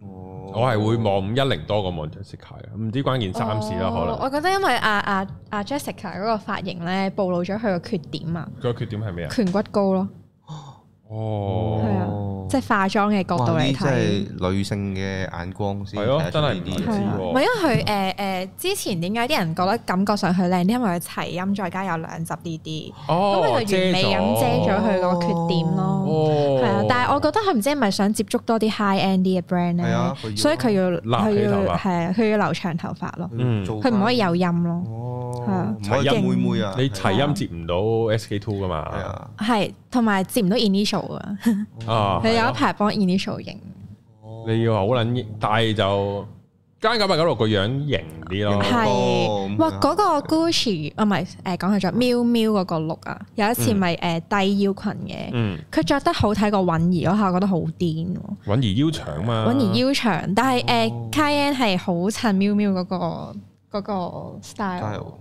我
我係會望五一零多過望 Jessica 嘅，唔知關件衫事啦，
哦我
可
覺得因為阿阿阿 Jessica 嗰個髮型咧，暴露咗佢個缺點啊，
能佢缺點係咩啊？
颧骨高咯，
哦，
係啊即係化妝嘅角度嚟
哇呢
睇。
即係女性嘅眼光先
係咯
睇得出呢
真係唔係
啲
係
知
啊
喎
唔係因為佢誒誒之前點解啲人覺得感覺上佢靚啲，因為佢齊音再加有兩集 D D，咁
哦，
佢就完美咁遮咗佢個缺點咯。
哦，
係啊，但係我覺得佢唔知係咪想接觸多啲 high end 啲嘅 brand
係啊佢
咧，
要
所以佢要
立
佢
起頭
要
髮
係啊，佢要留長頭髮咯，
嗯
做
佢
返
唔可以有音咯。係
哦
啊，
唔可以
齊
一
音
妹妹啊，
你齊音接唔到 SK Two 噶嘛？
係啊，
係，同埋接唔到 initial 啊！
哦
啊，
佢有一
係
排幫 initial 影，
你要好撚，但係就間九八九六個樣型啲咯。
型哦
係哇
咁
嗰個 Gucci 啊，唔係誒講佢着喵喵嗰個 look 啊，有一次咪誒低腰裙嘅，
嗯，
佢着得好睇過允兒嗰下，我覺得好癲喎。
揾而腰長嘛，
允兒腰長，但係
哦
誒 Cayenne 係好襯喵喵嗰個嗰個
加
style，
油！哦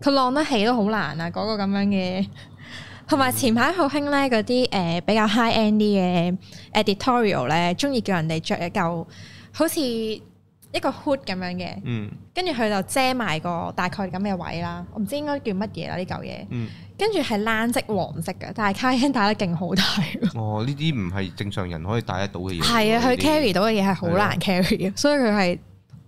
佢晾得起都好難啊！嗰個咁樣嘅。同埋前排好興咧，嗰啲誒比較 high end 啲嘅 editorial 咧，中意叫人哋着一嚿好似一個 hood 咁樣嘅，
嗯
跟住佢就遮埋個大概咁嘅位啦，我唔知應該叫乜嘢啦呢嚿嘢。
嗯，
跟住係冷色黃色嘅，但係 Cayenne 戴得勁好睇喎。
哦，呢啲唔係正常人可以戴得到嘅嘢。
係啊，佢
呢啲啊
carry 到嘅嘢係好難 carry 嘅，所以佢係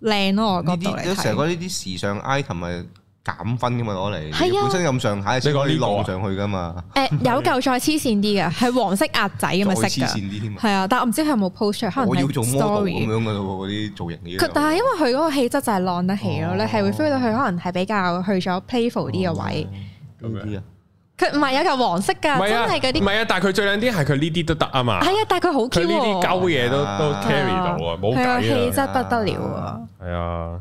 靚咯，我
呢
角度
啲
嚟
都成日覺
睇。
得呢啲時尚 item 係減分噶嘛，攞嚟
係啊
你本身咁上下先可以
你講呢個啊
浪上去噶嘛，
誒有嚿再黐線啲嘅，係黃色鴨仔咁
再
嘅
黐
色
線
㗎，
啲添啊。
係啊，但我唔知佢有冇 post 出，可能
我要
係
做 model 咁
story。
樣噶咯喎，嗰啲造型呢啲
佢
就。
但係因為佢嗰個氣質就係浪得起
哦
咯，你係會 feel 到佢可能係比較去咗 playful 啲嘅位。
呢啲啊，
佢唔係有嚿黃色
唔
㗎，
係
真
啊，
係嗰
唔
啲
係啊，但係佢最靚啲係佢呢啲都得啊嘛，
係啊，但係佢好 Q
佢呢啲鳩
喎，
嘢都都
啊
carry 到啊，冇
係啊，
計
氣
啊，
質不得了啊！
係啊，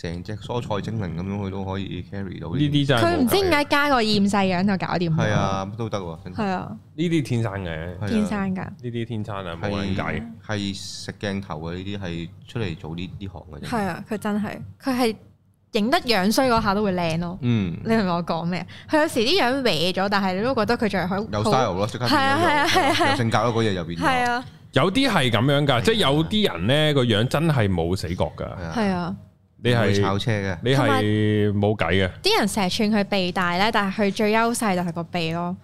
成隻蔬菜精靈咁樣，佢都可以 carry 到。
呢啲真係
佢唔
冇
知
計啊
點解加個厭世樣就搞掂咗。
係，啊，乜都得喎，真
係啊，
呢啲天生嘅，呢
係啊
天生㗎，
啲天生啊，冇撚計
係。係食鏡頭啊嘅呢啲係出嚟做呢呢行嘅啫。
係啊，佢真係，佢係影得樣衰嗰下都會靚咯。
嗯，
你明唔明我講咩？佢有時啲樣歪咗，但係你都覺得佢仲係好
有
好
style 咯，即刻變
係啊係啊係
咗
啊係
有
啊
有性格咯，嗰日入邊。
係啊，
有啲係咁樣
啊
㗎，即係有啲人咧個樣真係冇死角㗎，
係啊，
係啊。
你
唔會
係
炒車嘅，
你係冇計嘅。
啲人成日串佢鼻大咧，但係佢最優勢就係個鼻咯。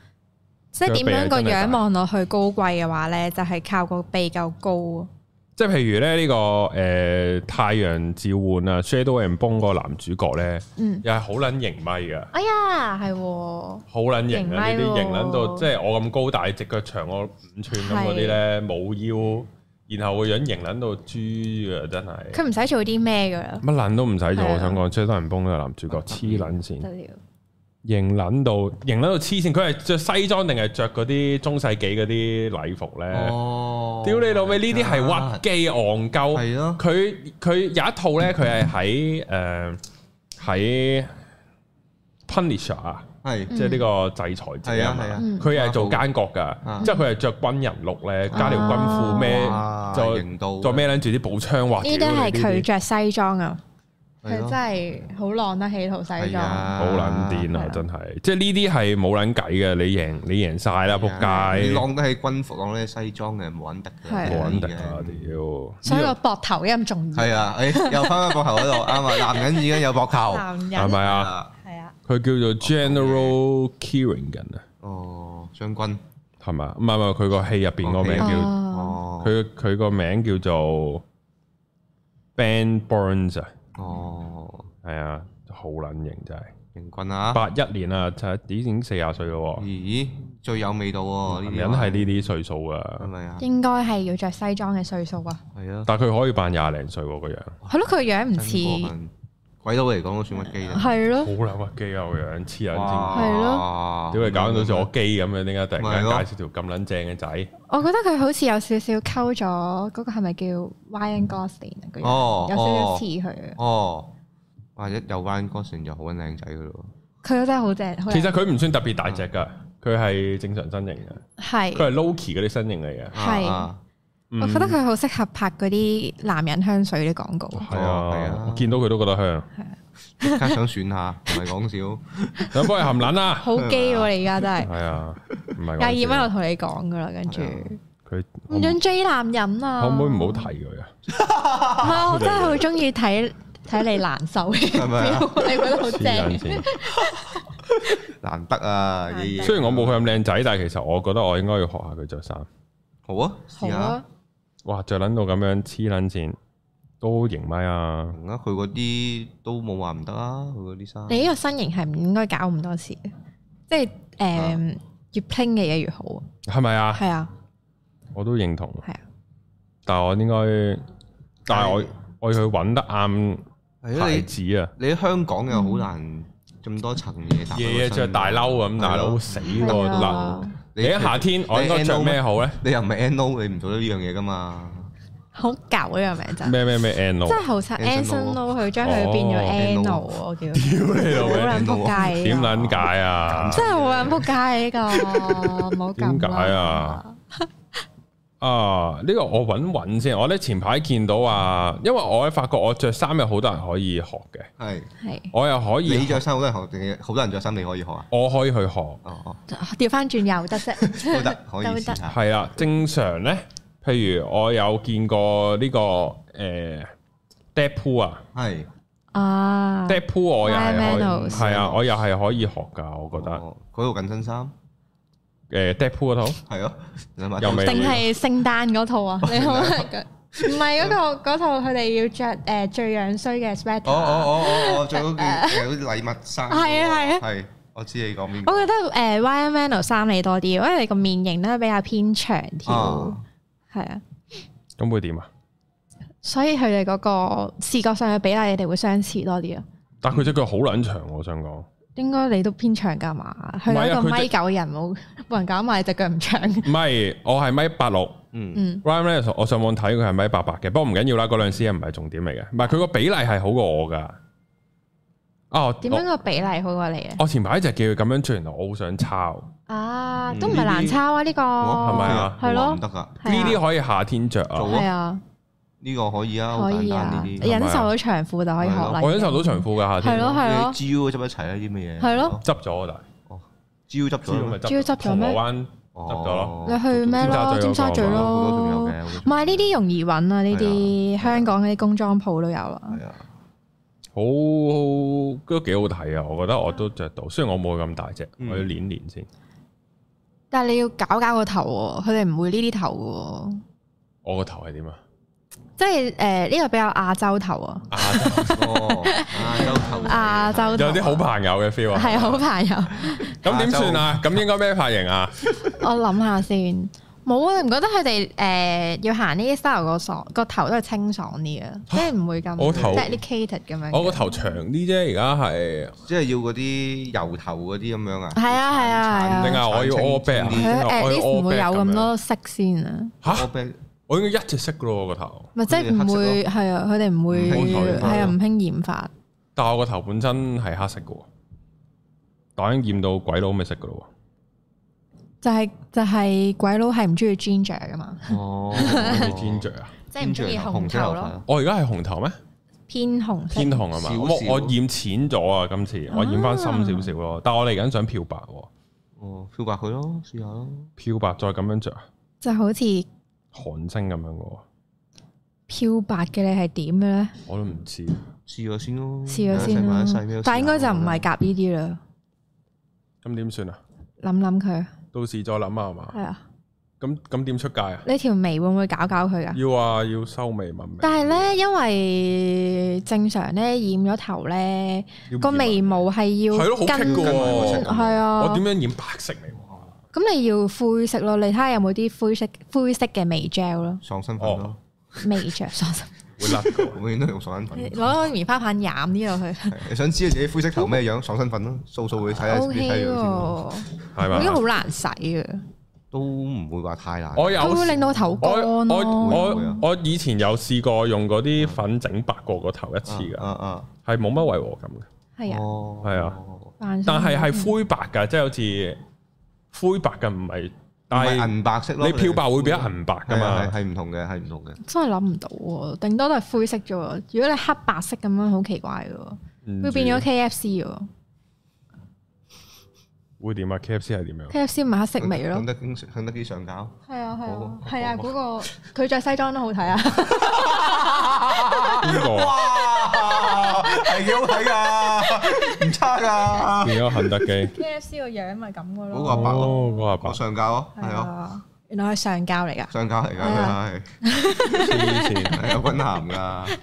即係
佢個鼻
點樣個
係真係大
樣望落去高貴嘅話咧，就係靠個鼻夠高。
即係譬如咧呢、個诶、呃太陽召喚啊，Shadow and Bone 個男主角咧，
嗯，
又係好撚型咪㗎，
哎呀，係喎，
好撚型啊！呢
型咪
啲
喎
型撚到即係我咁高大，只腳長我五寸咁嗰啲咧，冇腰，然後個樣型撚到豬啊！真係嗯
佢唔使做啲咩噶啦，
乜撚都唔使做。
係啊哦
我想講 Shadow and Bone 個男主角黐撚線，
得了。
型撚到型撚到黐線。佢係着西裝定係着嗰啲中世紀嗰啲禮服咧？
哦
屌你老味，呢啲係屈機
哦
戇鳩。
係咯，
佢佢有一套咧，佢係喺誒喺 Punisher 啊，
係
嗯
即係呢個制裁者
係
啊
啊係啊
嘛。，佢係做奸角
啊啊
㗎，即係佢係着軍人碌咧，加條軍褲
哇
孭，
型到
再再孭撚住啲步槍，哇！
呢啲
屌你
係
啲
佢着西裝啊，佢
係
真
咯
係好浪得起套西
係
裝。
啊
好撚癲
係
啊！
啊
真係，即係呢啲係冇撚計嘅，你贏你贏晒啦，仆
啊你
街，
浪得起軍服，浪得起西裝嘅冇揾敵嘅，
係啊
冇撚敵啊！
已經
所以
屌
個，膊頭咁重要。
係啊，誒又翻返膊頭嗰度啱啊！男人已經有膊頭，
男人
係咪啊？
哦啊
係啊，
佢叫做 General Kieran 啊，
哦，將軍
係啊嘛？唔係唔係，佢個戲入邊個名
哦
叫。
哦，
哦，
佢佢個名叫做 Ben Burns 啊，
哦，
係啊，好撚型真係。
型軍啊！
八一年啊，就係已經四廿歲咯喎，
咦，最有味道喎。哦呢
男
啲
人係呢啲歲數
係
啊，
咪啊？
應該係要着西裝嘅歲數啊。
係啊，
但佢可以扮廿零歲喎個樣，
係咯，佢個樣唔似，
真過分鬼佬嚟講都算屈機啦。
係
好
咯，
撚屈機啊個樣，黐撚線，
係
咯
屌你搞到好似我基咁樣，點解突
咪係
然
咯啊
間介紹條咁撚正嘅仔？
我覺得佢好似有少少溝咗嗰個係咪叫 Ryan Gosling 啊？個樣
哦
有少少似佢啊，
哦，或者有關哥成就好撚靚仔噶咯。
佢真係好正，好
其
靚
實佢唔算特別大隻㗎，佢係正常身形嘅。
係，
佢係嗯 Loki 嗰啲身形嚟嘅。
係
啊
我覺得佢好適合拍嗰啲男人香水啲廣告。
係
係
啊
啊，
我見到佢都覺得香。
即刻想選下，唔係講笑。
想幫佢含撚啦。
好基喎！你而家真係
係啊，唔啊係講
廿二蚊，
笑
我同你講噶啦，跟住
啊
唔
佢可唔
准追男人啊！
可唔可以唔 好提佢啊？
唔係，我真係好中意睇睇你難受嘅
係咪啊
表，你覺得好
黐撚
正。
線。
難得啊！
難得
爺爺
雖然我冇佢咁靚仔，但係其實我覺得我應該要學下佢着衫。
好啊，
好
試下
啊，
哇，着撚到咁樣黐撚線，都型咪啊！
同啊，佢嗰啲都冇話唔得啊，佢嗰啲衫。
你呢個身形係唔應該搞咁多事嘅，即係
啊
誒越拼嘅嘢越好啊。
係咪啊？
係啊，
我都認同。
係啊，
但係我應該，但係我我要去揾得啱
係啊，
牌
你
子啊！
你喺香港又好難咁多層嘢搭。
夜夜着大褸咁，大佬死喎！
係
嗱
啊，
你喺夏天，我應該着咩好咧？
你又唔係 NO，你唔做得呢樣嘢噶嘛？
好舊呢個名真係。
咩咩咩 N 咯
真係，好慘 a n s o
Anson
n
Lo
Lo 佢將佢變咗
哦
a n
Anson
n
Lo
o 我叫
屌你老
好
味！
撚仆街啊呢個
點撚解啊？
真係好撚仆街呢個，唔好咁啦
點解啊？啊！呢、個我揾揾先，我咧前排見到啊，因為我喺發覺我着衫有好多人可以學嘅，
係
係
我又可
你
以，
着衫好多人學定係好多人着衫你可以學啊？
我可以去學，
哦哦，
調翻轉又得啫，
都得可以試下。
係啦。正常呢，譬如我有見過呢、個誒 Deadpool 啊
係
啊，
，Deadpool 我又係
Ryan
可以
Reynolds
係啊，我又係可以學㗎，我覺得誒、
哦嗰套緊身衫
Deadpool 嗰套
係咯，諗下
又未
定係聖誕嗰 套啊？你可唔可以講唔係嗰個嗰套佢哋要着誒最樣衰嘅 sweater。
哦哦哦哦哦，着 嗰件誒嗰啲禮物衫。
係啊係啊
係我知你講邊個
我覺得誒 Ryan Reynolds 衫你多啲，因為你個面型咧比較偏長條，
啊，
係啊，
咁會點啊？
所以佢哋嗰個視覺上嘅比例你哋會相似多啲啊。
但佢只腳好撚長喎，我想講。
應該你都偏長㗎嘛？佢
唔係
係一
啊
個
佢
米九嘅人，冇冇人搞埋隻腳唔長。
唔係，我係米八六。
嗯
嗯，
Ryan Reynolds，我上網睇佢係米八八嘅，不過唔緊要啦，嗰兩 C 唔係重點嚟嘅，唔係佢個比例係好過我噶。哦，
點樣
我
個比例好過你啊咧？
我前排就叫佢咁樣做，原來我好想抄，
啊，
嗯
都唔係難抄啊！呢個
哦
係咪啊
冇
係
話
咯
唔，得㗎，
呢啲可以夏天着啊
做。
係啊，
呢個可以啊，好
可
簡
以
單呢
啊，
啲。
忍受咗長褲就可以學啦。
我忍受到長褲噶夏
係
天，
咯係咯，
你 G U 執一齊啊，啲乜嘢？
係咯，
執咗但係
G U 執咗
知道咪
咩，
執，
朝執咗咩
銅鑼灣
哦
執咗咯
你去咩咯？
尖
尖
沙
沙
咀
咀
嗰個
好多仲有嘅，
咯，
好多仲有嘅
唔係呢啲容易揾啊！呢
係
啲香港嗰啲工裝鋪都有啦。
係啊，
好好都幾好睇啊！我覺得我都着到，雖然我冇佢咁大隻，
嗯
我要練練先。
但係你要搞搞個頭喎，佢哋唔會呢啲頭
我個頭係點啊？
嘅喎，即係誒呢個比較亞洲頭啊，
哦，亞洲頭
亞洲頭
有
啊
啲好朋友嘅 feel 啊！
係好朋友。
咁點算啊？咁應該咩髮型啊？
我諗下先，冇啊！你唔覺得佢哋誒要行呢啲 style 個爽個頭都係清爽啲嘅，即係唔會咁
我頭
dedicated 咁樣嘅。
我個頭長啲啫，而家係。
即係要嗰啲油頭嗰啲咁樣啊，
係啊係啊係啊
定係我要 all back
佢
啊？
at
我要
least 唔
all
會
back
有
咁
咁
樣
多色先啊，
吓，
back
我應該一隻色噶咯，我個頭。
咪即係唔會係啊，佢哋唔會
唔
興染髮
係啊，唔興染髮。
但係我個頭本身係黑色噶，但我已經染到鬼佬咪色噶咯。
就係就係鬼佬係唔中意 ginger 噶嘛，
哦，
你 ginger 啊？
即係唔中意紅頭咯，，
啊
我而家係紅頭咩？
偏紅色
偏。紅啊嘛？
少
我
少
我染淺咗啊！今次
哦
我染翻深少少咯。但係我嚟緊想漂白喎，
哦，漂白佢咯，試下咯，
漂白再咁樣着啊，
就好似
韓星咁樣嘅喎，
漂白嘅你係點嘅咧？
我都唔知。
試咗先咯，
試咗先啦
細咩，
但係應該就唔係夾呢啲啦，
咁點算啊？
諗諗佢
到時再諗啊係嘛？
係啊，
咁咁點出街啊？
你條眉會唔會搞搞佢噶？
要啊，要收眉紋眉。
但係咧，因為正常咧染咗頭咧，
要唔要啊
個眉毛係要
係咯好棘
跟
㗎喎
係啊，
我點樣染白色眉毛啊？
咁你要灰色咯，你睇下有冇啲灰色灰色嘅微 gel 咯，
爽身粉
哦
咯，
微 gel 爽身
會甩 嘅喎
永遠都用爽身粉。
攞個棉花棒染啲落去
你想知自己灰色頭咩樣？爽身粉咯，掃掃佢
啊
睇下
，O
睇下
K
樣先。
喎，
係
我覺得好
咪？
難洗嘅，
都唔會話太難。
我有
佢會令到頭乾
我
咯。
我
會啊
我我以前有試過用嗰啲粉整白過個頭一次㗎，
啊啊，
係冇乜違和感嘅，
係啊，
哦，
係啊
唔
扮
但係
上
係灰白㗎，即係好似灰白嘅唔係，但
係
係
銀白色咯。
你漂白會變咗銀白㗎
係啊，係
嘛？
係唔同嘅，係唔同嘅。
真係諗唔到喎，頂多都係灰色啫喎。如果你黑白色咁樣，好奇怪嘅喎，
唔知
會變咗 K F C 喎。
會點啊？K F C 係點樣？
K F C 咪黑色味咯
向，德基向德基上搞。
係啊係啊
哦
係啊，嗰個佢着西裝都好睇啊。
邊個
哇，係幾好睇噶，唔 差噶。
變咗肯德基？
K F C 個樣咪咁嘅
嗰個
咯，
阿伯咯，
哦，嗰個阿伯
我上教咯，係
係
咯，
啊，原來係上教嚟㗎。
上教嚟噶，
係啊
係
黐線，
係有啊軍鹹噶，
係。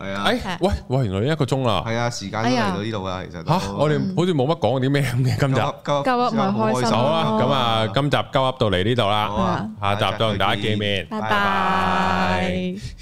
係啊，
哎，喂喂，原來一個鐘啦，
係啊，時間都嚟到呢度噶，其實都
吓，我哋好似冇乜講啲咩咁嘅今集。
鳩
鳩噏咪啊開心咯
好啦，咁啊，
好
今集鳩噏到嚟呢度
好
啦，
啊
下集再同大家見面。
拜
拜
拜。